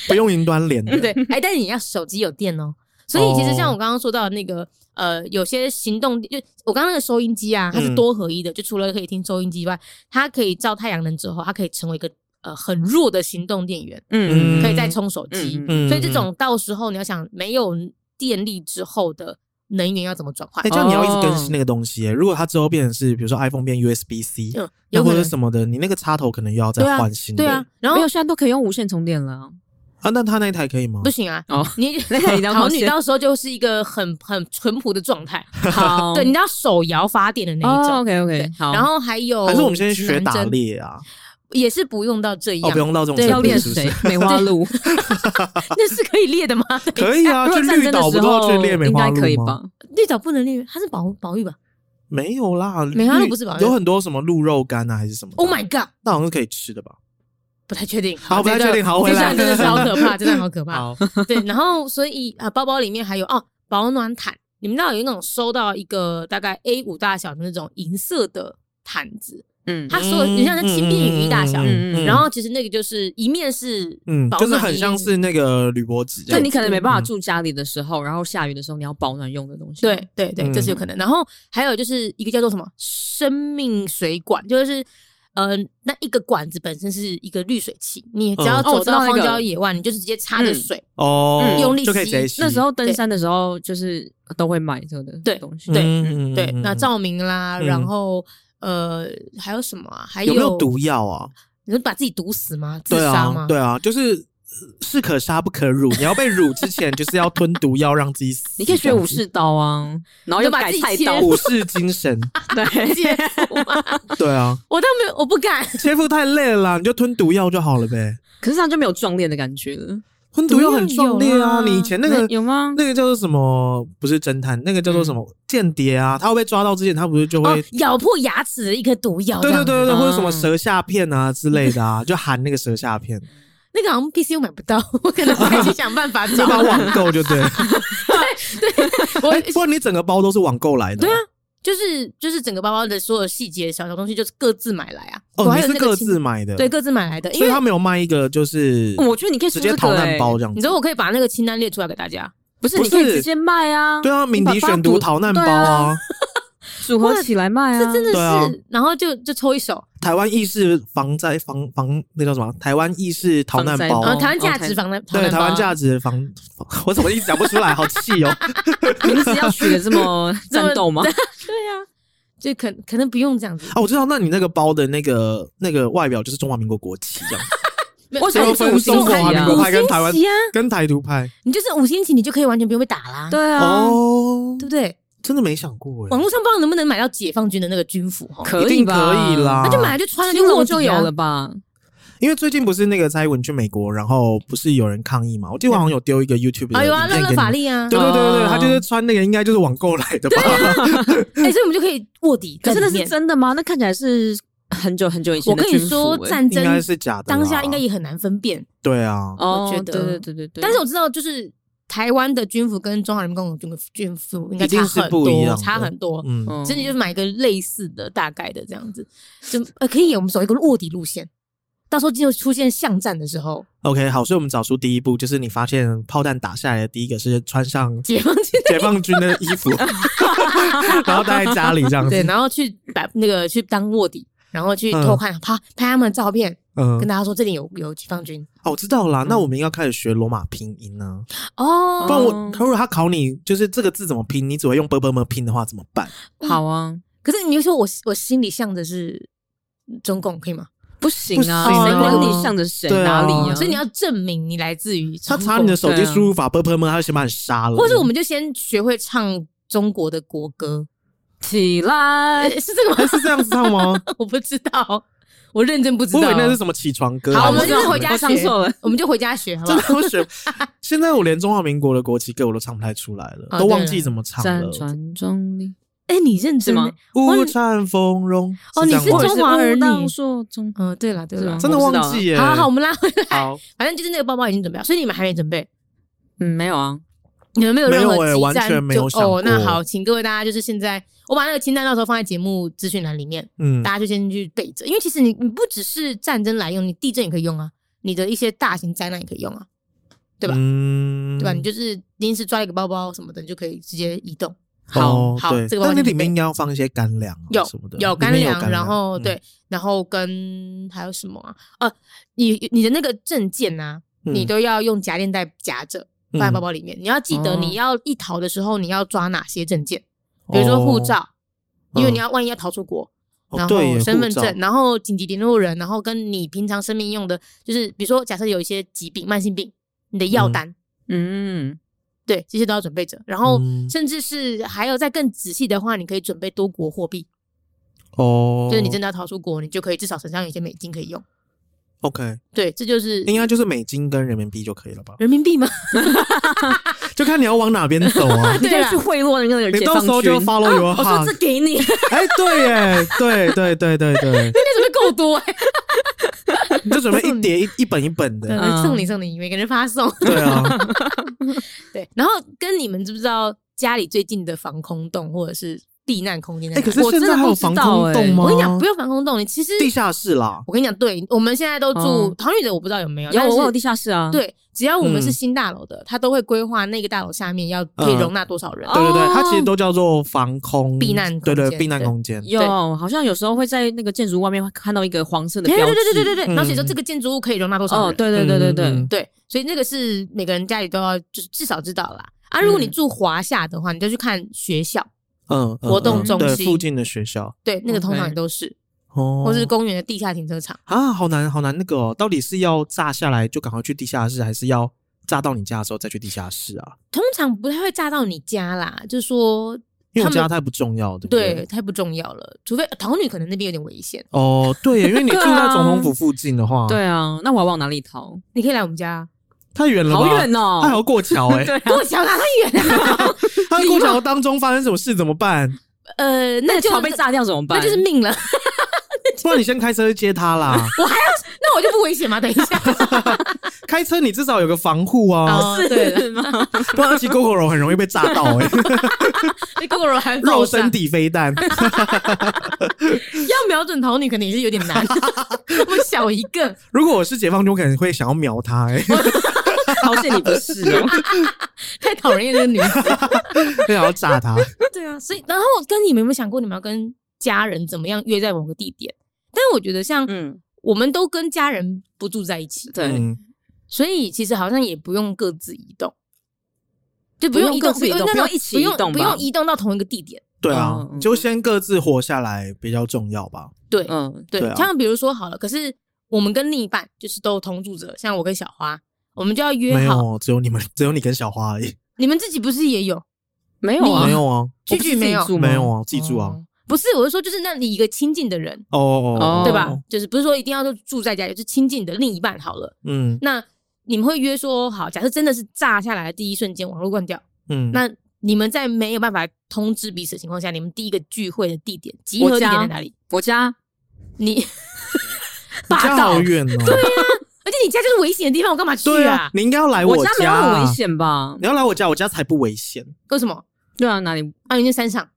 Speaker 3: 不用云端连的，
Speaker 1: 对，哎，但是你要手机有电哦。所以其实像我刚刚说到的那个，呃，有些行动就我刚刚那个收音机啊，它是
Speaker 3: 嗯
Speaker 1: 多合一的，就除了可以听收音机以外，它可以照太阳能之后，它可以成为一个呃很弱的行动电源，
Speaker 2: 嗯，
Speaker 1: 可以再充手机。
Speaker 2: 嗯
Speaker 3: 嗯
Speaker 1: 所以这种到时候你要想没有电力之后的能源要怎么转换哦
Speaker 3: 哎，，这样你要一直更新那个东西耶。如果它之后变成是，比如说 iPhone 变 USB C，
Speaker 1: 嗯，
Speaker 3: 又
Speaker 1: 有
Speaker 3: 或
Speaker 1: 可
Speaker 3: 者
Speaker 1: 能
Speaker 3: 什么的，你那个插头可能又要再
Speaker 1: 对啊
Speaker 3: 换新的。
Speaker 1: 对啊，，然
Speaker 2: 然
Speaker 1: 后
Speaker 2: 后现在都可以用无线充电了。
Speaker 3: 啊，那它那一台可以吗
Speaker 1: 不？行啊，
Speaker 2: 哦，
Speaker 1: 你
Speaker 2: 那你 要
Speaker 1: 好，
Speaker 2: 放
Speaker 1: 你
Speaker 2: 线
Speaker 1: 到时候就是一个很很淳朴的状态，
Speaker 2: 好，
Speaker 3: 哦
Speaker 1: 对，你要手摇发电的那一种。
Speaker 2: ，OK OK，好。
Speaker 1: 然后还有，
Speaker 3: 还是我们先学打，猎啊？
Speaker 1: 也是不用到这
Speaker 3: 哦，
Speaker 1: 样，
Speaker 3: 不用到这种
Speaker 1: 对
Speaker 2: 要
Speaker 3: 程
Speaker 2: 练
Speaker 3: 度，是不
Speaker 2: 谁
Speaker 3: 是？？
Speaker 2: 梅花鹿
Speaker 1: 那是可以列的吗？
Speaker 3: 可以啊，
Speaker 2: 如
Speaker 3: 去
Speaker 2: 果战
Speaker 3: 绿
Speaker 2: 争的
Speaker 3: 岛不
Speaker 2: 时
Speaker 3: 都要
Speaker 2: 候
Speaker 3: 去猎梅
Speaker 2: 应
Speaker 3: 花
Speaker 2: 该
Speaker 3: 鹿
Speaker 2: 可以
Speaker 3: 吗？
Speaker 2: 吧？
Speaker 1: 绿岛不能列，它是保保育吧
Speaker 3: 没有啦，
Speaker 1: 梅花鹿
Speaker 3: 绿
Speaker 1: 不是吧
Speaker 3: 有很多什么鹿肉干啊，还是什么的啊
Speaker 1: ？Oh my god！
Speaker 3: 那好像是可以吃的吧？
Speaker 1: 不太确定，
Speaker 3: 好不太
Speaker 1: 这个
Speaker 3: 确定好回
Speaker 1: 这
Speaker 3: 来
Speaker 1: 段真的是好可 怕，这段好可怕。
Speaker 3: 好，
Speaker 1: 对，然后所以啊，包包里面还有哦，保暖毯。你们知道有那种收到一个大概 A 五大小的那种银色的毯子，
Speaker 2: 嗯
Speaker 1: 它所有你像那轻便雨衣大小，
Speaker 2: 嗯嗯
Speaker 1: 然后其实那个就是一面是
Speaker 3: 嗯，
Speaker 1: 保暖，
Speaker 3: 就是很像是那个铝箔纸
Speaker 2: 就
Speaker 3: 这样，
Speaker 2: 你可能没办法
Speaker 3: 嗯
Speaker 2: 住家里的时候，然后下雨的时候你要保暖用的东西。
Speaker 1: 对对对，
Speaker 3: 嗯
Speaker 1: 这是有可能。然后还有就是一个叫做什么生命水管，就是呃，那一个管子本身是一个滤水器，你只要
Speaker 3: 嗯
Speaker 2: 哦我
Speaker 1: 走
Speaker 2: 知
Speaker 1: 到
Speaker 2: 道那
Speaker 1: 荒
Speaker 2: 个
Speaker 1: 郊野外，你就直接插着
Speaker 2: 嗯
Speaker 1: 水。
Speaker 3: 哦，
Speaker 2: 嗯
Speaker 1: 用力
Speaker 3: 就可以
Speaker 1: 吸
Speaker 3: 直接吸。
Speaker 2: 那时候登山的时候，就是都会买这个的
Speaker 1: 对
Speaker 2: 东西。
Speaker 1: 对
Speaker 3: 嗯
Speaker 1: 对，那
Speaker 3: 照
Speaker 1: 照明啦，
Speaker 3: 嗯
Speaker 1: 然后呃，还有什么啊？还
Speaker 3: 有没有毒药啊？
Speaker 1: 你是把自己毒死吗？自
Speaker 3: 对
Speaker 1: 杀
Speaker 3: 啊
Speaker 1: 吗，？
Speaker 3: 对啊，就是士可杀不可辱，你要被辱之前就是要吞毒药让自己死。
Speaker 2: 你可以学武士刀啊， 然后又
Speaker 1: 就把
Speaker 2: 改
Speaker 1: 自己
Speaker 2: 菜
Speaker 1: 切
Speaker 2: 刀
Speaker 3: 这样，子武士精神，
Speaker 2: 对，
Speaker 1: 姐夫吗？
Speaker 3: 对啊，
Speaker 1: 我倒没有，我不敢。
Speaker 3: 切腹太累了啦，你就吞毒药就好了呗。
Speaker 2: 可是这样就没有壮烈的感觉了。
Speaker 3: 吞毒药很壮烈
Speaker 1: 毒药有嗯
Speaker 3: 啊！
Speaker 1: 啦
Speaker 3: 你以前那个
Speaker 2: 有吗？
Speaker 3: 那个叫做什么？不是侦探，那个叫做什么间谍啊？他会被抓到之前，他不是就会
Speaker 1: 哦，咬破牙齿的一颗毒药，
Speaker 3: 对对对对，对
Speaker 2: 嗯
Speaker 3: 或者什么舌下片啊之类 的啊，就含那个舌下片，
Speaker 1: 那个好像 PCU 买不到， 我可能还去想办 法
Speaker 3: 就
Speaker 1: 找
Speaker 3: 把。网购 就对。
Speaker 1: 我
Speaker 3: 哎，不过你整个包都是网购来的，
Speaker 1: 对啊，就是就是整个包包的所有细节、小小东西，就是各自买来啊。我
Speaker 3: 哦，
Speaker 1: 还
Speaker 3: 你
Speaker 1: 有
Speaker 3: 是
Speaker 1: 那个
Speaker 3: 各
Speaker 1: 清
Speaker 3: 自买的，
Speaker 1: 对，各自买来的，因
Speaker 3: 所以
Speaker 1: 为
Speaker 3: 他没有卖一个就是
Speaker 2: 哦我觉得你可以出
Speaker 3: 直
Speaker 2: 这
Speaker 3: 接
Speaker 2: 个
Speaker 3: 逃难包
Speaker 2: 欸，
Speaker 3: 这样
Speaker 1: 你
Speaker 3: 子
Speaker 1: 知。道我可以把那个清单列出来给大家。
Speaker 2: 不是
Speaker 3: 不
Speaker 2: 你可以
Speaker 3: 是
Speaker 2: 直接卖啊？
Speaker 3: 对啊，敏
Speaker 2: 把
Speaker 3: 迪
Speaker 2: 发
Speaker 3: 选读
Speaker 2: 毒
Speaker 3: 逃难包
Speaker 2: 对啊
Speaker 3: 啊，
Speaker 2: 组合起来卖啊，
Speaker 1: 这真的
Speaker 3: 对啊
Speaker 1: 是，然后就就抽一手，
Speaker 3: 台湾意识防灾防防那叫什么？台湾意识逃难
Speaker 2: 防
Speaker 3: 包
Speaker 1: 呃，
Speaker 2: 灾包
Speaker 1: 台湾价
Speaker 2: OK
Speaker 1: 值房的逃
Speaker 3: 哦对，
Speaker 1: 难
Speaker 3: 台
Speaker 1: 包
Speaker 3: 湾
Speaker 1: 啊
Speaker 3: 价值防， 防我怎么一直讲不出来，好气 哦！
Speaker 2: 名字要取的这么
Speaker 1: 这么
Speaker 2: 战斗吗？
Speaker 1: 对啊，就可可能不用这样子，
Speaker 3: 啊，我知道，那你那个包的那个那个外表就是中华民国国旗 这样，
Speaker 1: 没有
Speaker 2: 为什
Speaker 3: 结
Speaker 2: 么
Speaker 3: 果
Speaker 1: 你就
Speaker 2: 不是五
Speaker 3: 分
Speaker 1: 是
Speaker 3: 中
Speaker 1: 五
Speaker 2: 星旗
Speaker 3: 华
Speaker 1: 星
Speaker 3: 民
Speaker 2: 啊
Speaker 3: 国？派跟台湾
Speaker 1: 旗啊，
Speaker 3: 跟台 独派
Speaker 1: 你就是五星旗，你就可以完全不用被打啦，
Speaker 2: 对啊，
Speaker 3: 哦
Speaker 1: 对，不对？
Speaker 3: 真的没想过
Speaker 1: 网
Speaker 3: 哎，
Speaker 1: 络上不知道能不能买到解放军的那个军服哈，
Speaker 2: 可
Speaker 3: 一定
Speaker 2: 以吧？
Speaker 3: 可以啦，
Speaker 1: 那就买啊了就穿了
Speaker 2: 新
Speaker 1: 裸
Speaker 2: 闻
Speaker 1: 体啊
Speaker 2: 就有了，吧？
Speaker 3: 因为最近不是那个蔡英文去美国，然后不是有人抗议嘛？我记得我好像有丢一个 YouTube 的
Speaker 1: 哎
Speaker 3: 影
Speaker 1: 呦啊，乐
Speaker 3: 片
Speaker 1: 乐
Speaker 3: 给
Speaker 1: 法
Speaker 3: 你。
Speaker 1: 力啊，
Speaker 3: 对对对对，
Speaker 2: 哦
Speaker 3: 他就是穿那个，应该就是网购来的吧？
Speaker 1: 哎，所以我们就可以卧底
Speaker 2: 可
Speaker 1: 在
Speaker 2: 是
Speaker 1: 里
Speaker 2: 那
Speaker 1: 面，
Speaker 2: 是真的吗？那看起来是很久很久以前
Speaker 1: 我
Speaker 2: 的
Speaker 1: 跟
Speaker 2: 军
Speaker 1: 你
Speaker 2: 服欸。
Speaker 1: 说，战
Speaker 3: 哎应
Speaker 1: 争
Speaker 3: 该是假的啦。
Speaker 1: 当下应该也很难分辨，
Speaker 3: 对啊，
Speaker 2: 哦，
Speaker 1: 我觉得
Speaker 2: 对对对对对。
Speaker 1: 但是我知道就是。台湾的军服跟中华人民共和国的军服应该
Speaker 3: 一定
Speaker 1: 差
Speaker 3: 是
Speaker 1: 很
Speaker 3: 不一样
Speaker 1: 多，
Speaker 3: 的
Speaker 1: 差很多。
Speaker 3: 嗯，
Speaker 2: 嗯
Speaker 1: 所以你就是买一个类似的、大概的这样子，就呃可以，我们走一个卧底路线。到时候就出现巷战的时 候，
Speaker 3: OK，好，所以我们找出第一步，就是你发现炮弹打下来的第一个是穿 上
Speaker 1: 解放军
Speaker 3: 解放军的衣 服，然后待在家里这样
Speaker 1: 对，
Speaker 3: 子。
Speaker 1: 然后去把那个去当卧底，然后去偷看、啪拍他们的照片，
Speaker 3: 嗯
Speaker 1: 跟，大家说这里有有解放军
Speaker 3: 哦，我知道啦，那我们要开始学罗马拼音呢、不然
Speaker 1: 哦。
Speaker 3: 我
Speaker 2: 嗯
Speaker 3: 如果他考你就是这个字怎么拼，你只会用 b b m 拼的话怎么办？
Speaker 2: 好啊，
Speaker 1: 可是你就说我我心里想的是中共，可以吗？
Speaker 2: 不行啊，
Speaker 3: 不
Speaker 1: 行啊
Speaker 2: 谁管你向着谁
Speaker 3: 对啊
Speaker 2: 哪里啊？
Speaker 1: 所以你要证明你来自于
Speaker 3: 他
Speaker 1: 中
Speaker 3: 查
Speaker 1: 共
Speaker 3: 你的手机
Speaker 2: 对啊
Speaker 3: 输入法 b b m，他就先把你杀
Speaker 1: 啊
Speaker 3: 了。
Speaker 1: 或者我们就先学会唱中国的国歌，
Speaker 2: 起来
Speaker 1: 呃， 是这个
Speaker 3: 还
Speaker 1: 吗？
Speaker 3: 是这样子唱吗？
Speaker 1: 我不知道， 我认真不知
Speaker 3: 我
Speaker 1: 道。
Speaker 3: 以为那是什么起床歌。
Speaker 1: 好我们
Speaker 3: 还
Speaker 1: 就是
Speaker 3: 什么
Speaker 1: 回家
Speaker 2: 我
Speaker 1: 学
Speaker 2: 唱错了。
Speaker 1: 我们就回家学好不
Speaker 3: 真
Speaker 1: 好？
Speaker 3: 的我学。现在我连中华民国的国旗歌我都唱不太出来了，
Speaker 1: 啊
Speaker 3: 都忘
Speaker 1: 对
Speaker 3: 记
Speaker 1: 了
Speaker 3: 怎么唱
Speaker 2: 战
Speaker 3: 了。
Speaker 2: 船中立，
Speaker 1: 哎、你认
Speaker 2: 是
Speaker 1: 真
Speaker 2: 吗
Speaker 1: 欸哇
Speaker 3: 物
Speaker 1: 你
Speaker 3: 产丰容。
Speaker 1: 哦你
Speaker 3: 这样
Speaker 1: 是
Speaker 3: 吗
Speaker 1: 中华儿女
Speaker 2: 说中，
Speaker 1: 嗯，对了对
Speaker 2: 是
Speaker 1: 了
Speaker 2: 吗，
Speaker 3: 真的
Speaker 2: 我不知道
Speaker 3: 忘记耶。
Speaker 1: 好好，我们拉回来。
Speaker 3: 好，
Speaker 1: 反正就是那个包包已经准备好，所以你们还没准备，
Speaker 2: 嗯，没有啊，
Speaker 1: 你们没有任何
Speaker 3: 没有欸
Speaker 1: 激
Speaker 3: 完
Speaker 1: 战
Speaker 3: 全没有
Speaker 1: 就
Speaker 3: 想过
Speaker 1: 哦，那好，请各位大家就是现在，我把那个清单到时候放在节目资讯栏里面，
Speaker 3: 嗯
Speaker 1: 大，家就先去备着。因为其实你你不只是战争来用，你地震也可以用啊，你的一些大型灾难也可以用啊，对吧
Speaker 3: 嗯，
Speaker 1: 对吧？你就是临时抓一个包包什么的，你就可以直接移动。
Speaker 3: 哦
Speaker 1: 好
Speaker 3: 对
Speaker 1: 这个完
Speaker 3: 但你
Speaker 1: 全
Speaker 3: 里面
Speaker 1: 对
Speaker 3: 应该要放一些干粮啊
Speaker 1: 有
Speaker 3: 什么的，
Speaker 1: 有
Speaker 3: 里面
Speaker 1: 干粮，然后
Speaker 3: 嗯
Speaker 1: 对，然后跟还有什么啊？呃，你你的那个证件啊，
Speaker 3: 嗯
Speaker 1: 你都要用夹链带夹着放在包包里面。你要记得
Speaker 2: 哦
Speaker 1: 你要一逃的时候，你要抓哪些证件，
Speaker 3: 哦
Speaker 1: 比如说护照，，因为你
Speaker 3: 要
Speaker 1: 要万一要逃出国，然
Speaker 3: 哦对
Speaker 1: 后
Speaker 3: 耶
Speaker 1: 身份
Speaker 3: 护照
Speaker 1: 证，然后紧急联络人，然后跟你平常生命用的，就是比如说假设有一些疾病、慢性病，你的药
Speaker 3: 嗯
Speaker 1: 单，
Speaker 2: 嗯，
Speaker 1: 对，这些都要准备着。然后
Speaker 3: 嗯
Speaker 1: 甚至是还有再更仔细的话，你可以准备多国货币。
Speaker 3: 哦，
Speaker 1: 就是你真的要逃出国，你就可以至少身上有一些美金可以用。
Speaker 3: OK，
Speaker 1: 对，这就是
Speaker 3: 应该就是美金跟人民币就可以了 吧？
Speaker 1: 人民币吗？。
Speaker 3: 就看你要往哪边走啊
Speaker 2: 你
Speaker 1: 对
Speaker 2: 可以
Speaker 1: 啦
Speaker 2: 去贿赂那个
Speaker 3: 你
Speaker 2: 解
Speaker 3: 到
Speaker 2: 放
Speaker 3: 时候就
Speaker 2: 军。
Speaker 3: follow your
Speaker 2: 哦我说这
Speaker 3: heart，
Speaker 2: 给 你，
Speaker 3: 哎，对耶，对对对对对，
Speaker 1: 那准备够多哎、
Speaker 3: 你就准备一叠一一本一本的，
Speaker 1: 欸，
Speaker 2: 嗯
Speaker 1: 送你送你，每个人发送。
Speaker 3: 对啊，
Speaker 1: 对，然后跟你们知不知道家里最近的防空洞或者是避难空间在
Speaker 3: 哎，
Speaker 1: 哪
Speaker 3: 可
Speaker 1: 里？
Speaker 3: 是
Speaker 2: 我
Speaker 3: 现
Speaker 2: 真的
Speaker 3: 在还有
Speaker 2: 不知
Speaker 3: 防
Speaker 2: 道
Speaker 3: 空
Speaker 2: 哎
Speaker 3: 洞吗？
Speaker 1: 我跟你讲，不用防空洞，你其实
Speaker 3: 地下室啦，
Speaker 1: 我跟你讲，对我们现在都住
Speaker 2: 哦
Speaker 1: 唐女的，我不知道有没有，
Speaker 2: 有
Speaker 1: 但是
Speaker 2: 我有地下室啊，，
Speaker 1: 对，只要我们
Speaker 3: 嗯
Speaker 1: 是新大楼的，他都会规划那个大楼下面要可以容纳多少人。
Speaker 2: 嗯
Speaker 3: 对对对，
Speaker 2: 哦
Speaker 3: 它其实都叫做防空
Speaker 1: 避难
Speaker 3: 对对
Speaker 1: 空间
Speaker 3: 避难
Speaker 1: 对
Speaker 3: 空间。
Speaker 2: 有好像有时候会在那个建筑物外面会看到一个黄色的
Speaker 1: 对
Speaker 2: 标
Speaker 1: 对
Speaker 2: 志，
Speaker 1: 对对对对对，
Speaker 3: 嗯
Speaker 1: 然后所以说这个建筑物可以容纳多少人？
Speaker 2: 哦，对对对对对，
Speaker 3: 嗯嗯嗯
Speaker 1: 对，所以那个是每个人家里都要，就是至少知道啦。啊，如果你住华夏的话，你就去看学校，
Speaker 3: 嗯，嗯
Speaker 1: 活动
Speaker 3: 嗯
Speaker 1: 中
Speaker 3: 对
Speaker 1: 心
Speaker 3: 附近的学校。
Speaker 1: 对，那个通常
Speaker 2: OK
Speaker 1: 也都是。
Speaker 3: 哦，
Speaker 1: 或是公园的地下停车场。
Speaker 3: 啊，好难好难那个、哦，到底是要炸下来就赶快去地下室，还是要炸到你家的时候再去地下室啊？
Speaker 1: 通常不太会炸到你家啦，就是说
Speaker 3: 因为
Speaker 1: 他
Speaker 3: 我
Speaker 1: 们
Speaker 3: 家太不重要，对不
Speaker 1: 对，？太不重要了。除非桃女可能那边有点危险，
Speaker 3: 哦，对耶，因为你住
Speaker 2: 对啊
Speaker 3: 在总统府附近的话，
Speaker 2: 对，啊，那我要往哪里逃？
Speaker 1: 你可以来我们家，啊
Speaker 3: 太远了吧，
Speaker 2: 好远哦
Speaker 3: 他还要过桥哎，
Speaker 2: 对啊，
Speaker 1: 跟我讲哪太远啊了。
Speaker 3: 他在过桥当中发生什么事怎 么办？
Speaker 1: 呃，那
Speaker 2: 那
Speaker 1: 就
Speaker 2: 桥被炸掉怎么办？
Speaker 1: 那就是命了。
Speaker 3: 不然你先开车去接他啦，
Speaker 1: 那我就不危险吗？等一 下，
Speaker 3: 开车你至少有个防护啊，
Speaker 1: 哦，对了，
Speaker 2: 是 吗？
Speaker 3: 不然骑 GoGo 很容易被炸到哎，
Speaker 1: 那狗 肉还
Speaker 3: 肉身抵飞弹，
Speaker 1: 要瞄准桃女，可能也是有点 难，那么小一个。
Speaker 3: 如果我是解放军，我可能会想要瞄他 哎，
Speaker 2: 好险你不是 哦。
Speaker 1: 太讨人厌这个女 子。
Speaker 3: 想要炸他。
Speaker 1: 对啊，所以然后跟你们有没有想过，你们要跟家人怎么样约在某个地点？但我觉得像
Speaker 2: 嗯，
Speaker 1: 我们都跟家人不住在一起，
Speaker 2: 对，
Speaker 3: 嗯，
Speaker 1: 所以其实好像也不用各自移动，就
Speaker 2: 不
Speaker 1: 不用
Speaker 2: 用
Speaker 1: 移动，
Speaker 2: 各自移动
Speaker 1: 那
Speaker 2: 不
Speaker 1: 种
Speaker 2: 用一起
Speaker 1: 不用
Speaker 2: 移动
Speaker 1: 不
Speaker 2: 吧
Speaker 1: 用移动到同一个地点。
Speaker 3: 对啊
Speaker 2: 嗯嗯，
Speaker 3: 就先各自活下来比较重要吧。
Speaker 1: 对，
Speaker 2: 嗯，
Speaker 1: 对，
Speaker 3: 对啊
Speaker 1: 像比如说好了，可是我们跟另一半就是都同住者，像我跟小花，我们就要
Speaker 3: 没
Speaker 1: 约好。
Speaker 3: 有，只有你们，只有你跟小花而已。
Speaker 1: 你们自己不是也有
Speaker 2: 没有啊，
Speaker 3: 没有啊，
Speaker 1: 聚聚没有？
Speaker 2: 我不是自己住吗
Speaker 3: 没有啊，记住啊。
Speaker 1: 哦不是，我是说，就是那你一个亲近的人，
Speaker 3: 哦哦哦，
Speaker 1: 对吧？就是不是说一定要就住在家里，就是亲近的另一半好了。
Speaker 3: 嗯
Speaker 1: 那你们会约说，好，假设真的是炸下来的第一瞬间，网络关掉，
Speaker 3: 嗯，
Speaker 1: 那你们在没有办法通知彼此的情况下，你们第一个聚会的地点、集合地点在哪里？
Speaker 2: 我家
Speaker 1: 你
Speaker 3: 你
Speaker 1: 霸
Speaker 3: 家
Speaker 1: 道，
Speaker 3: 好
Speaker 1: 而
Speaker 3: 远 哦。对啊，
Speaker 1: 且你家就是危险的地方，我干嘛去
Speaker 3: 对
Speaker 1: 啊？
Speaker 3: 你应该要来
Speaker 2: 我
Speaker 3: 哎家
Speaker 2: 家
Speaker 3: 啊
Speaker 2: 没有很危，险吧？
Speaker 3: 你要来我家，我家才不危险。
Speaker 1: 为什么？
Speaker 2: 对啊，哪里？
Speaker 1: 啊，因为山上。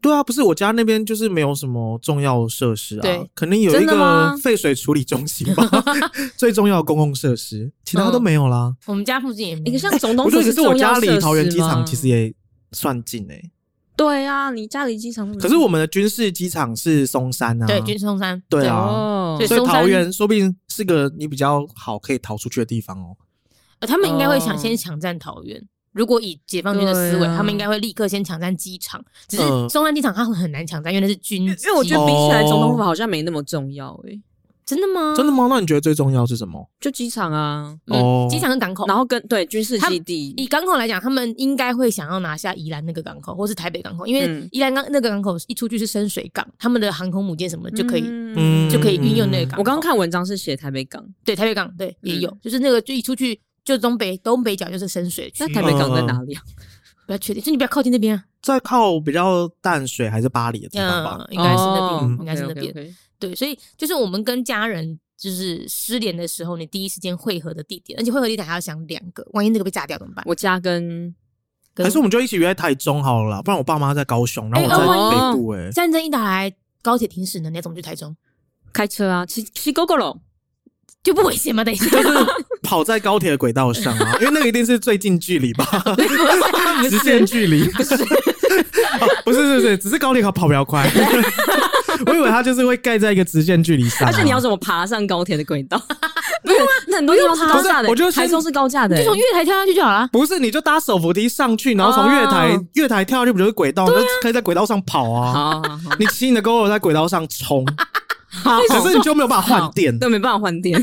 Speaker 3: 对啊，不是我家那边就是没有什么重要设施啊
Speaker 1: 对，
Speaker 3: 可能有一
Speaker 2: 真的
Speaker 3: 个
Speaker 2: 吗
Speaker 3: 废水处理中心 吧，最重要的公共设施，其他都
Speaker 1: 嗯
Speaker 3: 没有啦。
Speaker 1: 我们家附近也没有
Speaker 2: 一个像总统
Speaker 3: 我觉
Speaker 2: 府
Speaker 3: 得可是我
Speaker 2: 重要
Speaker 3: 家离
Speaker 2: 设施
Speaker 3: 桃园机场
Speaker 2: 吗
Speaker 3: 其实也算近诶，
Speaker 2: 对啊，你家离机场那么
Speaker 3: 可是我
Speaker 2: 近
Speaker 3: 们的军事机场是松山啊，
Speaker 1: 嗯对军事中山，
Speaker 3: 对啊。
Speaker 2: 哦
Speaker 1: 对
Speaker 3: 所以
Speaker 1: 松山
Speaker 3: 桃园说不定是个你比较好可以逃出去的地方哦。
Speaker 1: 呃他们应该会想
Speaker 2: 哦
Speaker 1: 先抢占桃园。如果以解放军的思维，
Speaker 2: 对啊
Speaker 1: 他们应该会立刻先抢占机场。只是
Speaker 3: 嗯
Speaker 1: 松山机场它会很难抢占，因为那是军机。
Speaker 2: 因为我觉得比
Speaker 1: 哦
Speaker 2: 起来，总统府好像没那么重要诶、
Speaker 1: 真的吗？
Speaker 3: 真的吗？那你觉得最重要是什么？
Speaker 2: 就机场啊，
Speaker 3: 哦
Speaker 1: 嗯，机场跟港口。
Speaker 2: 然后跟对军事
Speaker 1: 他
Speaker 2: 基地
Speaker 1: 以，港口来讲，他们应该会想要拿下宜兰那个港口，或是台北港口，因为
Speaker 2: 嗯
Speaker 1: 宜兰港那个港口一出去是深水港，他们的航空母舰什么的就可以、
Speaker 3: 嗯
Speaker 1: 就可以运用那个啊港口。
Speaker 2: 我刚刚看文章是写台北港，
Speaker 1: 对台北港对也
Speaker 2: 嗯
Speaker 1: 有，就是那个就一出去就东北东北角就是深水区
Speaker 2: 那，台北
Speaker 3: 嗯
Speaker 2: 港在哪里啊？
Speaker 1: 不要确定，就你不要靠近那边啊，
Speaker 3: 在靠比较淡水还是巴黎的地方吧？
Speaker 1: 嗯，应该是那边，
Speaker 2: 哦
Speaker 1: 应该是那边。
Speaker 2: OK，OK，OK
Speaker 1: 对，所以就是我们跟家人就是失联的时候，你第一时间汇合的地点，而且汇合地点还要想两个，万一那个被炸掉怎么办？
Speaker 2: 我家跟
Speaker 1: 可
Speaker 3: 还是我们就一起约在台中好了啦，不然我爸妈在高雄，然后
Speaker 1: 哎
Speaker 3: 我在
Speaker 2: 哦
Speaker 3: 北部、欸。哎、
Speaker 1: 战争一打来，高铁停驶呢，你要怎么去台中？
Speaker 2: 开车啊，骑骑 GoGo 龙，
Speaker 1: 就不危险吗？等一 下，
Speaker 3: 跑在高铁的轨道上啊，因为那个一定是最近 距离吧，直线距离。不是， 不是，不是，只是高铁跑跑比较快。 我以为它就是会盖在一个直线距离上啊、
Speaker 2: 而且你要怎么爬上高铁的轨道？ 不用，那很多地方是高架
Speaker 3: 不
Speaker 2: 的
Speaker 3: 是我觉得，先
Speaker 2: 台中是高架的
Speaker 1: 就
Speaker 2: 欸，
Speaker 1: 从月台跳下去就好了。
Speaker 3: 不是，你就搭手扶梯上去，然后从月台、
Speaker 2: 哦啊
Speaker 3: 月台跳下去，不就是轨道？你就可以在轨道上跑啊！
Speaker 2: 好好好
Speaker 3: 你骑你的 GoGo 在轨道上冲，
Speaker 2: 好，
Speaker 3: 可是你就没有办法换电。
Speaker 2: 对，没办法换 电。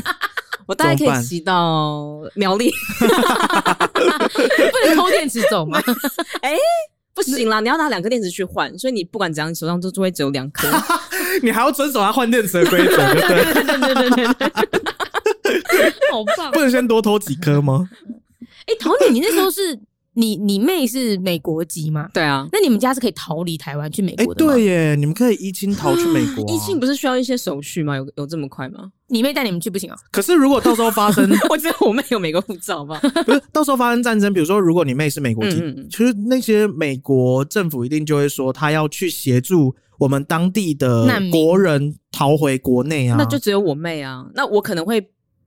Speaker 2: 我大概可
Speaker 3: 怎么办
Speaker 2: 以骑到苗栗，
Speaker 1: 不能偷电池走 吗？
Speaker 2: 不行啦，你要拿两颗电池去换，所以你不管怎样，你手上都就会只有两颗。
Speaker 3: 你还要遵守它换电池的规则，对不对？
Speaker 1: 对对对对对，好棒！
Speaker 3: 不能先多偷几颗吗？
Speaker 1: 哎、桃姐，你那时候是你你妹是美国籍吗？
Speaker 2: 对啊，
Speaker 1: 那你们家是可以逃离台湾去美
Speaker 3: 哎、
Speaker 1: 国的吗？
Speaker 3: 对耶，你们可以依亲逃去美国、啊。
Speaker 2: 疫情不是需要一些手续吗？有有这么快 吗？
Speaker 1: 你妹带你们去不行哦、
Speaker 3: 可是如果到时候发生，
Speaker 2: 我觉得我妹有美国护照吧。
Speaker 3: 不是到时候发生战争，比如说如果你妹是美国籍，
Speaker 2: 嗯嗯嗯
Speaker 3: 其实那些美国政府一定就会说他要去协助我们当地的
Speaker 1: 难民
Speaker 3: 国人逃回国内啊，
Speaker 2: 那就只有我妹啊。那我可能会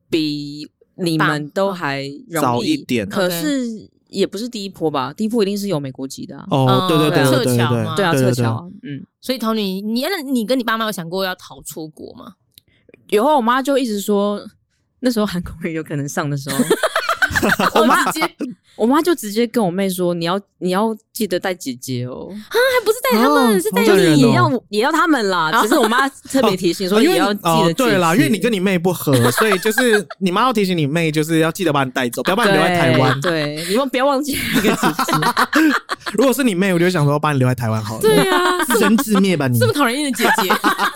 Speaker 2: 比你们都还容易
Speaker 3: 早一点
Speaker 2: 可是也不是第一波吧？第一波一定是有美国籍的、啊。
Speaker 3: 哦，对对对
Speaker 2: 嗯
Speaker 3: 对对对
Speaker 1: 撤侨
Speaker 3: 对
Speaker 1: 嘛，
Speaker 2: 对啊，
Speaker 3: 对
Speaker 2: 撤
Speaker 3: 对
Speaker 2: 侨啊，嗯。
Speaker 1: 所以桃女，你那你跟你爸妈有想过要逃出国 吗？
Speaker 2: 以后我妈就一直说，那时候韩国人有可能上的时候，我妈直接，我妈就直接跟我妹说，你要你要记得带姐姐哦，
Speaker 1: 还不是带他们，
Speaker 2: 啊
Speaker 3: 哦
Speaker 1: 是带
Speaker 3: 好感人
Speaker 1: 你。
Speaker 2: 也要
Speaker 3: 哦
Speaker 2: 也要他们啦。只是我妈特别提醒说，
Speaker 3: 哦因
Speaker 2: 也
Speaker 3: 为
Speaker 2: 要
Speaker 3: 你
Speaker 2: 记得姐姐。
Speaker 3: 哦、对啦，因为你跟你妹不合，所以就是你妈要提醒你妹，就是要记得把你带走，不要把你留在台湾。
Speaker 2: 对，对你们不要忘记一个姐 姐。
Speaker 3: 如果是你妹，我就会想说把你留在台湾好了，
Speaker 1: 对啊，
Speaker 3: 自生自灭吧你
Speaker 1: 这。么讨人厌的姐姐。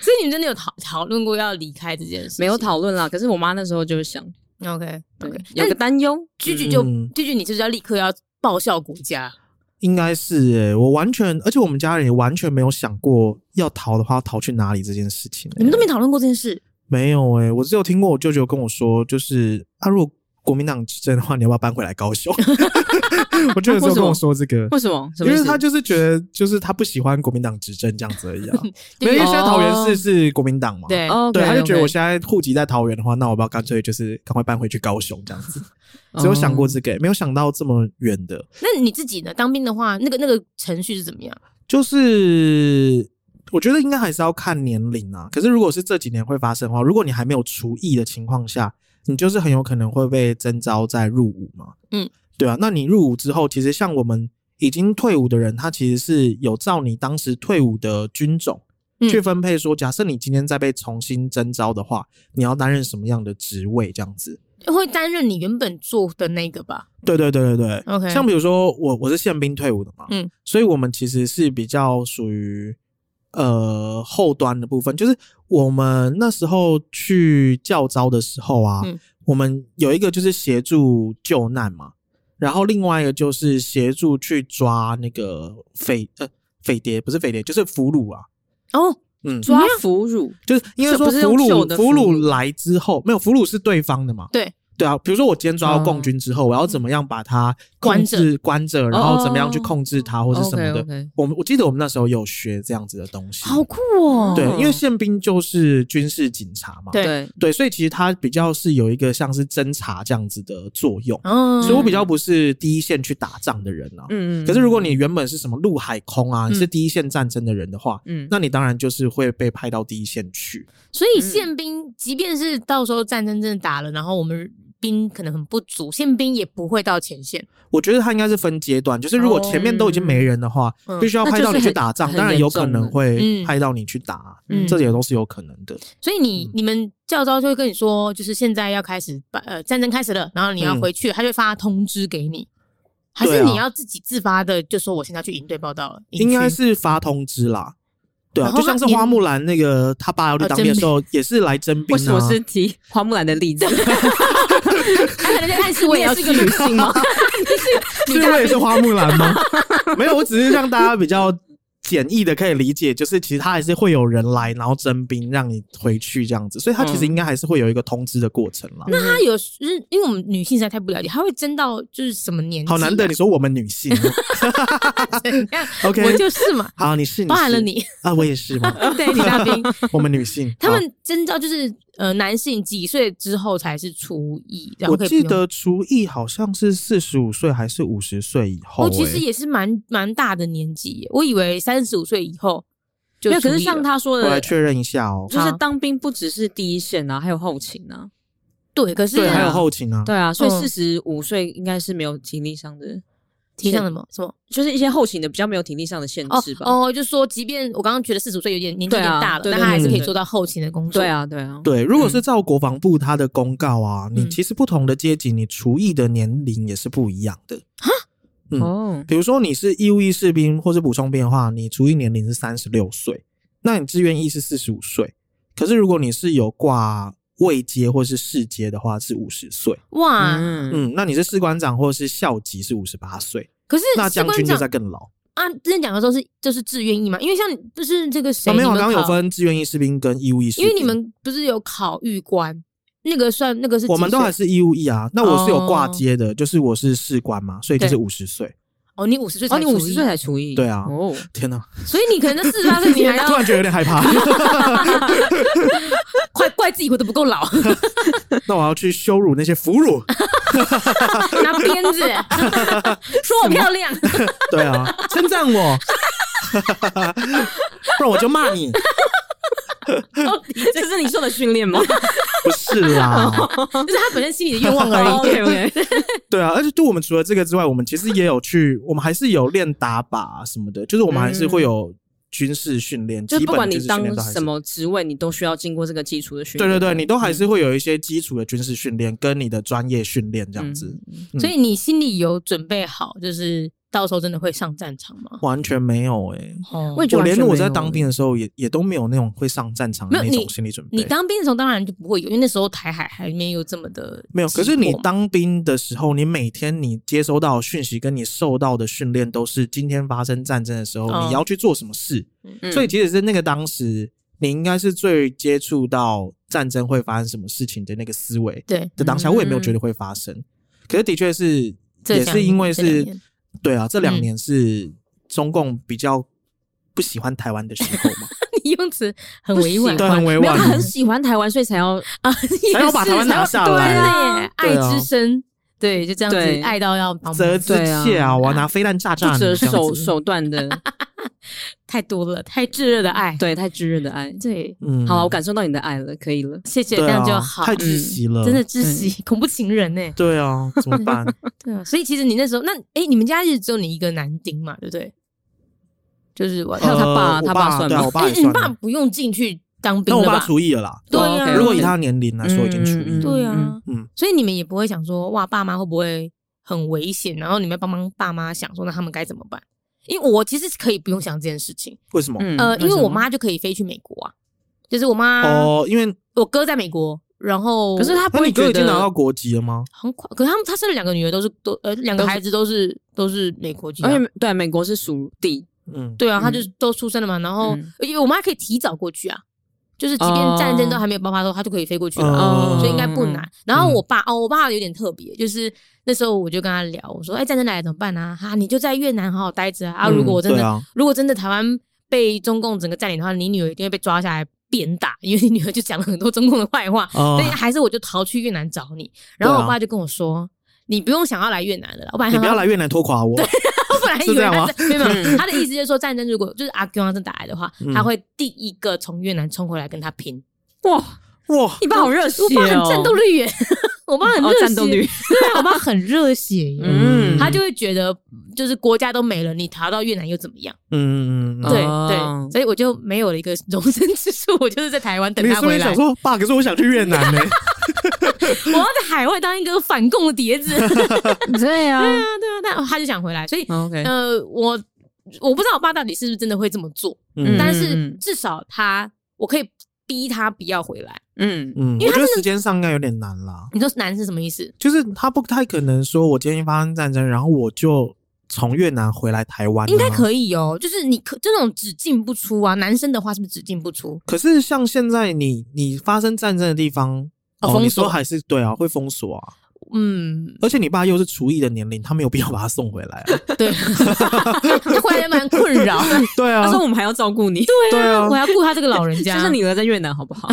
Speaker 1: 所以你们真的有讨讨论过要离开这件事情？
Speaker 2: 没有讨论啦，可是我妈那时候就想，
Speaker 1: OK
Speaker 2: 对
Speaker 1: OK，，
Speaker 2: 有个担忧，
Speaker 1: 居居就
Speaker 3: 嗯
Speaker 1: 居居，你就是要立刻要报效国家。
Speaker 3: 应该是诶、我完全，而且我们家人也完全没有想过要逃的话要逃去哪里这件事情、欸。
Speaker 1: 你们都没讨论过这件事，
Speaker 3: 没有诶、我只有听过我舅舅跟我说，就是啊，如果国民党执政的话，你要不要搬回来高雄？ 我舅舅只有跟我说这个。
Speaker 2: 为什么？什
Speaker 3: 因
Speaker 2: 么意思？
Speaker 3: 为他就是觉得，就是他不是觉得就是他不喜欢国民党执政这样子 而已啊。没
Speaker 1: 对
Speaker 3: 有，因为现在桃园
Speaker 2: 哦
Speaker 3: 市是国民党嘛。
Speaker 1: 对
Speaker 2: 哦，
Speaker 3: 对，他就觉得我
Speaker 2: OK，OK
Speaker 3: 现在户籍在桃园的话，那我不要干脆就是赶快搬回去高雄这样 子。只有想过
Speaker 2: 哦
Speaker 3: 这个、没有想到这么远的。
Speaker 1: 那你自己呢？当兵的话，那个那个程序是怎么样？
Speaker 3: 就是我觉得应该还是要看年龄啊。可是如果是这几年会发生的话，如果你还没有除役的情况下，你就是很有可能会被征召再入伍嘛。
Speaker 1: 嗯，
Speaker 3: 对啊。那你入伍之后，其实像我们已经退伍的人，他其实是有照你当时退伍的军种。
Speaker 1: 嗯
Speaker 3: 去分配说，假设你今天再被重新征召的话，你要担任什么样的职位？这样子，
Speaker 1: 会担任你原本做的那个吧？
Speaker 3: 对对对对对
Speaker 1: OK
Speaker 3: 像比如说我我是宪兵退伍的嘛，
Speaker 1: 嗯
Speaker 3: 嗯，所以我们其实是比较属于呃后端的部分，就是我们那时候去教招的时候啊，
Speaker 1: 嗯
Speaker 3: 我们有一个就是协助救难嘛，然后另外一个就是协助去抓那个匪呃匪谍，不是匪谍，就是俘虏啊，
Speaker 1: 哦，
Speaker 3: 嗯，
Speaker 2: 抓俘虏，
Speaker 3: 就是应该说
Speaker 2: 不是
Speaker 3: 俘
Speaker 2: 用救
Speaker 3: 虏
Speaker 2: 的
Speaker 3: 俘
Speaker 2: 俘虏
Speaker 3: 虏来之后，没有俘虏是对方的嘛？
Speaker 1: 对
Speaker 3: 对啊，比如说我今天抓到共军之后，我要怎么样把他控制关着，然后怎么样去控制他或是什么的。
Speaker 2: OK，OK
Speaker 3: 我们我记得我们那时候有学这样子的东西，
Speaker 1: 好酷哦！
Speaker 3: 对，
Speaker 2: 哦
Speaker 3: 因为宪兵就是军事警察嘛，
Speaker 1: 对
Speaker 2: 对，
Speaker 3: 对，所以其实它比较是有一个像是侦查这样子的作用，
Speaker 1: 嗯，
Speaker 3: 所以我比较不是第一线去打仗的人啊。
Speaker 2: 嗯
Speaker 3: 可是如果你原本是什么陆海空啊，你是第一线战争的人的话，
Speaker 2: 嗯，
Speaker 3: 那你当然就是会被派到第一线去。
Speaker 1: 所以宪兵，即便是到时候战争真的打了，然后我们兵可能很不足，宪兵也不会到前线。
Speaker 3: 我觉得他应该是分阶段，就是如果前面都已经没人的话，
Speaker 1: 嗯
Speaker 3: 必须要派到你去打仗，
Speaker 2: 哦那就是很
Speaker 3: 当然有可能会派到你去打，
Speaker 2: 嗯
Speaker 3: 这也都是有可能的。
Speaker 1: 所以
Speaker 3: 嗯
Speaker 1: 你、你们教招就会跟你说，就是现在要开始把呃战争开始了，然后你要回去，他就会发通知给你，还
Speaker 3: 嗯对
Speaker 1: 是
Speaker 3: 啊
Speaker 1: 你要自己自发的就说我现在要去营队报道了？营
Speaker 3: 应该
Speaker 1: 区
Speaker 3: 是发通知啦，对啊，
Speaker 1: 然后
Speaker 3: 就
Speaker 1: 他
Speaker 3: 像是花木兰那个他爸要去当兵的时候，也是来征兵
Speaker 2: 为什么
Speaker 3: 啊。
Speaker 2: 是提花木兰的 例子？
Speaker 1: 他可能在 暗示我也要
Speaker 2: 你
Speaker 1: 去
Speaker 2: 也是个女性 吗？
Speaker 3: 是我也是花木兰吗？没有，我只是让大家比较简易的可以理解，就是其实他还是会有人来，然后征兵让你回去这样子，所以他其实
Speaker 2: 嗯
Speaker 3: 应该还是会有一个通知的过程啦。
Speaker 1: 那 他有是因为我们女性实在太不了解，他会争到就是什么年纪、啊？
Speaker 3: 好 难得你说我们女性啊
Speaker 1: 怎样
Speaker 3: ，OK
Speaker 1: 我就是 嘛，
Speaker 3: 好，你是
Speaker 1: 包含了
Speaker 3: 是
Speaker 1: 你，
Speaker 3: 啊，我也是嘛。
Speaker 1: 对李大 兵，
Speaker 3: 我们女性，
Speaker 1: 他们征召就是呃男性几岁之后才是初一，然后
Speaker 3: 好我
Speaker 1: 可以
Speaker 3: 记
Speaker 1: 不用
Speaker 3: 得厨艺好像是四十五岁还是五十岁以后、
Speaker 1: 哦，
Speaker 3: 欸，
Speaker 1: 其实也是蛮蛮大的年纪耶，我以为三十五岁以后就
Speaker 2: 没有，可
Speaker 1: 初
Speaker 2: 是
Speaker 1: 一了
Speaker 2: 像他说
Speaker 3: 我来
Speaker 2: 的，
Speaker 3: 确认一下哦、
Speaker 2: 就是
Speaker 1: 好
Speaker 2: 当兵不只是第一线啊，还有后勤啊。
Speaker 1: 对，可是
Speaker 3: 对，还有
Speaker 2: 啊
Speaker 3: 后勤啊，
Speaker 2: 对啊，所以
Speaker 1: 嗯
Speaker 2: 四十五岁应该是没有体力上的，
Speaker 1: 提倡什么什么
Speaker 2: 就是一些后勤的比较没有体力上的限
Speaker 1: 哦
Speaker 2: 制吧。
Speaker 1: 哦，就说即便我刚刚觉得四十岁有点年纪有
Speaker 2: 对啊
Speaker 1: 点大了，
Speaker 2: 对
Speaker 1: 但
Speaker 2: 对
Speaker 1: 他还是可以
Speaker 2: 对
Speaker 1: 做到后勤的工作。
Speaker 2: 对，啊，对啊，
Speaker 3: 对，如果
Speaker 1: 嗯
Speaker 3: 是照国防部它的公告啊，你其实不同的阶级，你厨艺的年龄也是不一样的。嗯
Speaker 2: 哦，
Speaker 3: 比如说你是义务役士兵或是补充兵的话，你厨艺年龄是三十六岁，那你志愿役是四十五岁。可是如果你是有挂位阶或是士阶的话，是五十岁。
Speaker 1: 哇，
Speaker 2: 嗯，
Speaker 3: 嗯，那你是士官长或是校级是五十八岁，
Speaker 1: 可是
Speaker 3: 那
Speaker 1: 士
Speaker 3: 将
Speaker 1: 官
Speaker 3: 军就
Speaker 1: 长
Speaker 3: 在更老。
Speaker 1: 啊，之前讲的时候是就是志愿役嘛，因为像不是这个谁，
Speaker 2: 哦
Speaker 3: 啊，没有，
Speaker 1: 你们
Speaker 3: 刚刚有
Speaker 1: 考，
Speaker 3: 分志愿役士兵跟义务役士
Speaker 1: 因
Speaker 3: 兵。
Speaker 1: 为你们不是有考预官，那个算那个是
Speaker 3: 我们
Speaker 1: 几
Speaker 3: 都
Speaker 1: 岁
Speaker 3: 还是义务役啊，那我是有挂接的，就是我是士官嘛，所以就是
Speaker 1: 哦对
Speaker 3: 五十岁。
Speaker 1: 哦，你五十岁
Speaker 2: 哦，你
Speaker 1: 才
Speaker 2: 五
Speaker 1: 服
Speaker 2: 十
Speaker 1: 役
Speaker 2: 岁才除役，
Speaker 3: 对啊
Speaker 2: 哦，
Speaker 3: 天哪，
Speaker 1: 所以你可能在四十八岁，你还
Speaker 3: 突
Speaker 1: 要
Speaker 3: 然觉得有点害怕。
Speaker 1: 怪怪自己活得不够老，
Speaker 3: 那我要去羞辱那些俘虏。
Speaker 1: 拿鞭子说我漂 亮，
Speaker 3: 对啊，称赞我， 不然我就骂你。
Speaker 2: 这是你受的训练吗？
Speaker 3: 不是 啦，
Speaker 1: 就是他本身心里的愿望而已。
Speaker 2: OK OK，
Speaker 3: 对啊，而且就我们除了这个之外，我们其实也有去，我们还是有练打靶什么的，就是我们还是会有军事训练，
Speaker 2: 嗯就
Speaker 3: 基
Speaker 2: 是不
Speaker 3: 本
Speaker 2: 管
Speaker 3: 的
Speaker 2: 你
Speaker 3: 军事训
Speaker 2: 当
Speaker 3: 练都还是
Speaker 2: 什。么嗯职位，你都需要经过这个基础的训
Speaker 3: 对
Speaker 2: 练。
Speaker 3: 对对，你都还是会有一些基础的军事训练，跟你的专业训练这样子，嗯
Speaker 1: 所以你心里有准备好，就是到时候真的会上战场吗？
Speaker 3: 完全没有哎、
Speaker 1: 哦
Speaker 2: 我也觉得完全
Speaker 3: 我连我在
Speaker 2: 没有
Speaker 3: 当兵的时候也也都没有那种会上战场的
Speaker 1: 没有
Speaker 3: 那
Speaker 1: 你
Speaker 3: 种心理准备。
Speaker 1: 你当兵的时候当然就不会有，因为那时候台海还没有这么的
Speaker 3: 没有，可是你
Speaker 1: 急迫嘛
Speaker 3: 当兵的时候，你每天你接收到的讯息跟你受到的训练都是今天发生战争的时候
Speaker 1: 哦
Speaker 3: 你要去做什么事，
Speaker 2: 嗯
Speaker 3: 所以即使是那个当时，你应该是最接触到战争会发生什么事情的那个思维
Speaker 1: 对
Speaker 3: 的当下，
Speaker 2: 嗯
Speaker 3: 我也没有觉得会发生。可是的确是，
Speaker 1: 这
Speaker 3: 也
Speaker 1: 两
Speaker 3: 是因为
Speaker 1: 嗯这两
Speaker 3: 是
Speaker 1: 年
Speaker 3: 对啊，这两
Speaker 1: 嗯
Speaker 3: 年是中共比较不喜欢台湾的时候 嘛，
Speaker 1: 你用词很
Speaker 2: 不
Speaker 1: 委婉，
Speaker 3: 对，很委
Speaker 2: 没有他
Speaker 3: 婉
Speaker 2: 很。喜欢台湾，所以才要
Speaker 1: 啊，也
Speaker 3: 才要把
Speaker 1: 是
Speaker 3: 台湾拿 下来
Speaker 1: 对
Speaker 2: 啊
Speaker 1: 耶
Speaker 3: 对啊
Speaker 1: 爱之深，对，就这样
Speaker 2: 对
Speaker 1: 子，爱到要帮忙
Speaker 3: 折枝
Speaker 2: 对啊
Speaker 3: 切啊！我要拿飞弹炸炸
Speaker 2: 不
Speaker 3: 你，
Speaker 2: 择
Speaker 3: 这样
Speaker 2: 手
Speaker 3: 子
Speaker 2: 手段的，
Speaker 1: 太多了，太炙热的爱，
Speaker 2: 对，太炙热的爱。
Speaker 1: 对，
Speaker 3: 嗯
Speaker 2: 好了，我感受到你的爱了，可以了。
Speaker 1: 谢谢，
Speaker 3: 对
Speaker 1: 这
Speaker 3: 啊，
Speaker 1: 样就好嗯
Speaker 3: 太，窒息了，
Speaker 1: 真的窒息，恐怖情人呢？
Speaker 3: 对啊，怎么 办？
Speaker 1: 对啊，所以其实你那时候，那哎，你们家一直只有你一个男丁嘛，对不对？就是我，
Speaker 2: 还有他爸
Speaker 3: 呃
Speaker 2: 他爸
Speaker 3: 我爸
Speaker 2: 算
Speaker 3: 对啊
Speaker 2: 吗
Speaker 3: 我爸
Speaker 1: 哎
Speaker 3: 也
Speaker 1: 你
Speaker 3: 算
Speaker 1: 爸
Speaker 3: 啊。
Speaker 1: 不用进去当兵
Speaker 3: 那我
Speaker 1: 了
Speaker 3: 爸
Speaker 1: 吧？
Speaker 3: 厨艺了啦，
Speaker 1: 对
Speaker 2: 哦
Speaker 1: 啊，
Speaker 2: ，OK，
Speaker 3: 如果以他的年龄来说，已经厨
Speaker 2: 嗯
Speaker 3: 艺。
Speaker 1: 对啊
Speaker 2: 嗯，
Speaker 3: 嗯
Speaker 1: 所以你们也不会想说，哇，爸妈会不会很危险？然后你们要帮忙爸妈想说，那他们该怎么办？因为我其实是可以不用想这件事情，
Speaker 3: 为什么？
Speaker 2: 嗯
Speaker 1: 呃，因为
Speaker 2: 什么
Speaker 1: 我妈就可以飞去美国啊，就是我妈，
Speaker 3: 哦，因为
Speaker 1: 我哥在美国，然后
Speaker 2: 可是他不
Speaker 3: 那
Speaker 2: 会
Speaker 3: 你
Speaker 2: 觉
Speaker 3: 哥
Speaker 2: 得
Speaker 3: 已经拿到国籍了吗？
Speaker 1: 很快，可是他们他生了两个女儿都是都呃两个
Speaker 2: 都是哎
Speaker 1: 孩子都是都是美国籍啊、
Speaker 2: 而且对美国是属地，
Speaker 3: 嗯，
Speaker 1: 对啊，
Speaker 2: 嗯
Speaker 1: 他就是都出生了嘛，然
Speaker 3: 哦
Speaker 1: 后、
Speaker 2: 嗯
Speaker 1: 因为我妈可以提早过去啊，就是即便战争都还没有爆发的时候，她就可以飞过去了啊。
Speaker 3: 哦
Speaker 1: 所以应该不难。然后
Speaker 3: 嗯
Speaker 1: 我爸、哦，我爸有点特别，就是那时候我就跟他聊，我说：“哎、战争来了怎么办啊？哈，你就在越南好好待着啊！啊，
Speaker 3: 嗯
Speaker 1: 如果我真
Speaker 3: 对
Speaker 1: 的，
Speaker 3: 啊
Speaker 1: 如果真的台湾被中共整个占领的话，你女儿一定会被抓下来鞭打，因为你女儿就讲了很多中共的坏话。 所
Speaker 3: 哦
Speaker 1: 以还是我就逃去越南找你。然后
Speaker 3: 对啊
Speaker 1: 我爸就跟我说。”你不用想要来越南的了，我本来
Speaker 3: 你
Speaker 1: 想
Speaker 3: 不要来越南拖垮我。
Speaker 1: 我 本来以
Speaker 3: 是这
Speaker 1: 为
Speaker 3: 样
Speaker 1: 他
Speaker 3: 吗
Speaker 1: 是没有没
Speaker 2: 嗯
Speaker 1: 有，他的意思就是说，战争如果就是阿 Q 要真打来的话，
Speaker 3: 嗯
Speaker 1: 他会第一个从越南冲回来跟他拼。
Speaker 2: 哇，
Speaker 3: 哇，
Speaker 2: 你爸好热血
Speaker 1: 我爸
Speaker 2: 哦，
Speaker 1: 很战斗力耶， 我爸很
Speaker 2: 哦
Speaker 1: 热
Speaker 2: 战斗
Speaker 1: 血，
Speaker 2: 力，
Speaker 1: 对，啊我爸很热血耶。
Speaker 2: 嗯
Speaker 1: 他就会觉得，就是国家都没了，你逃到越南又怎么样？
Speaker 3: 嗯嗯嗯嗯
Speaker 1: 对
Speaker 2: 哦
Speaker 1: 对，所以我就没有了一个容身之处，我就是在台湾等
Speaker 3: 你
Speaker 1: 他
Speaker 3: 顺
Speaker 1: 回
Speaker 3: 便
Speaker 1: 来
Speaker 3: 想。说，爸，可是我想去越南欸呢。
Speaker 1: 我要在海外当一个反共的碟子。对 啊，对
Speaker 2: 对 啊
Speaker 1: 啊，但他就想回来，所以
Speaker 2: ，OK，
Speaker 3: 嗯
Speaker 1: 呃，我我不知道我爸到底是不是真的会这么做，
Speaker 2: 嗯
Speaker 1: 但是至少他，我可以逼他不要回来。
Speaker 2: 嗯
Speaker 3: 嗯，我觉得时间上应该有点难啦，
Speaker 1: 你说难是什么意思？
Speaker 3: 就是他不太可能说，我今天发生战争，然后我就从越南回来台湾啊。
Speaker 1: 应该可以哦，就是你可这种只进不出啊，男生的话是不是只进不出？
Speaker 3: 可是像现在你你发生战争的地方，
Speaker 1: 哦
Speaker 3: 哦，
Speaker 1: 封
Speaker 3: 你说
Speaker 1: 锁
Speaker 3: 还是对啊，会封锁啊。
Speaker 1: 嗯，
Speaker 3: 而且你爸又是厨艺的年龄，他没有必要把他送回来啊。
Speaker 1: 对，他回来也蛮困扰，
Speaker 3: 对
Speaker 2: 他
Speaker 3: 啊
Speaker 2: 说，我们还要照顾你，
Speaker 3: 对啊
Speaker 1: 我，还要顾他这个老人家。
Speaker 2: 就是你留在越南好不好？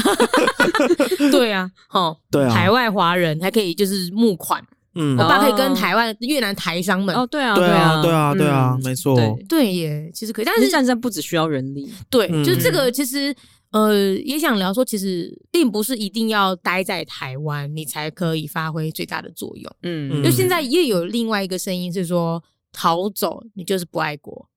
Speaker 1: 对啊，哦，
Speaker 3: 对啊
Speaker 1: 海外华人还可以就是募款，
Speaker 3: 嗯
Speaker 1: 我，爸可以
Speaker 2: 哦
Speaker 1: 跟台湾、越南台商们。
Speaker 2: 哦，对啊，
Speaker 3: 对啊，
Speaker 2: 啊，
Speaker 3: 对啊，对啊
Speaker 2: 嗯，
Speaker 3: 没错，
Speaker 2: 对，
Speaker 1: 对耶，其实可以，但
Speaker 2: 但
Speaker 1: 是
Speaker 2: 是战争不只需要人力，
Speaker 1: 对，
Speaker 3: 嗯
Speaker 1: 就是这个其实呃，也想聊说，其实并不是一定要待在台湾，你才可以发挥最大的作用。
Speaker 2: 嗯
Speaker 1: 就
Speaker 3: 嗯
Speaker 1: 现在也有另外一个声音是说，逃走你就是不爱国，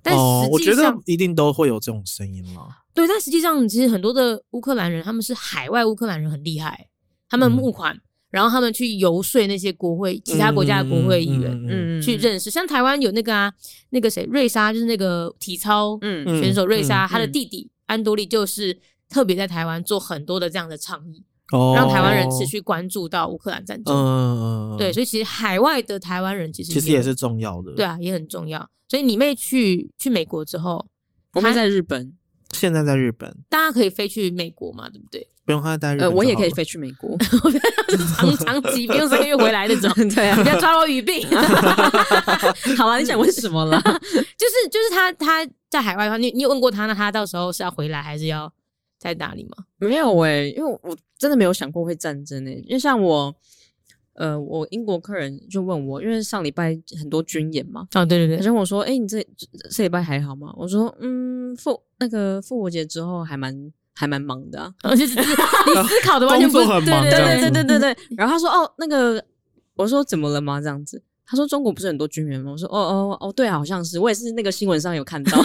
Speaker 1: 但
Speaker 3: 哦，我
Speaker 1: 实
Speaker 3: 觉
Speaker 1: 际
Speaker 3: 得
Speaker 1: 上、
Speaker 3: 一定都会有这种声音啦。
Speaker 1: 对，但实际上其实很多的乌克兰人他们是海外乌克兰人很厉害，他们
Speaker 3: 嗯
Speaker 1: 募款，然后他们去游说那些国会其他国家的国会议员。
Speaker 3: 嗯，
Speaker 2: 嗯，
Speaker 1: 去认识，像台湾有那个啊，那个谁，瑞莎就是那个体操
Speaker 2: 嗯，嗯
Speaker 3: 嗯
Speaker 1: 选手瑞莎，
Speaker 2: 嗯
Speaker 1: 她的弟弟安多利就是特别在台湾做很多的这样的倡议，
Speaker 3: 哦
Speaker 1: 让台湾人持，续关注到乌克兰战
Speaker 3: 嗯
Speaker 1: 争。
Speaker 3: 嗯，嗯
Speaker 1: 对，，所以其实海外的台湾人其实
Speaker 3: 其实也是重要的。
Speaker 1: 对，啊，也很重要。所以你妹去去美国之后，
Speaker 2: 我妹在日本，
Speaker 3: 现在在日本，
Speaker 1: 大家可以飞去美国嘛，对不对？
Speaker 3: 不用他在日
Speaker 2: 呃，
Speaker 3: 本，
Speaker 2: 我也可以。飞去美国，。
Speaker 1: 长长期不用三个月回来那种
Speaker 2: 对啊
Speaker 1: 不，要抓我语病，
Speaker 2: 好了，你想问什么了？
Speaker 1: 就是就是他他在海外的话，你你有问过他，那他到时候是要回来还是要在哪里吗？
Speaker 2: 没有诶、因为我真的没有想过会战争诶、因为像我，呃，我英国客人就问我，因为上礼拜很多军演嘛，
Speaker 1: 哦，对对
Speaker 2: 他，就问我说：“哎、你这这这礼拜还好吗？”我说：“嗯，复那个复活节之后还蛮还蛮忙的、啊。
Speaker 1: 而且 就是你思考的完全不
Speaker 3: 工作很忙
Speaker 1: 对对
Speaker 2: 对
Speaker 3: 这样
Speaker 1: 对
Speaker 3: 子
Speaker 2: 对
Speaker 1: 对
Speaker 2: 对对对。然后他说：“哦，那个，我说怎么了吗？”这样子，他说：“中国不是很多军人吗？”我说：“哦哦哦，对啊，好像是，我也是那个新闻上有看 到。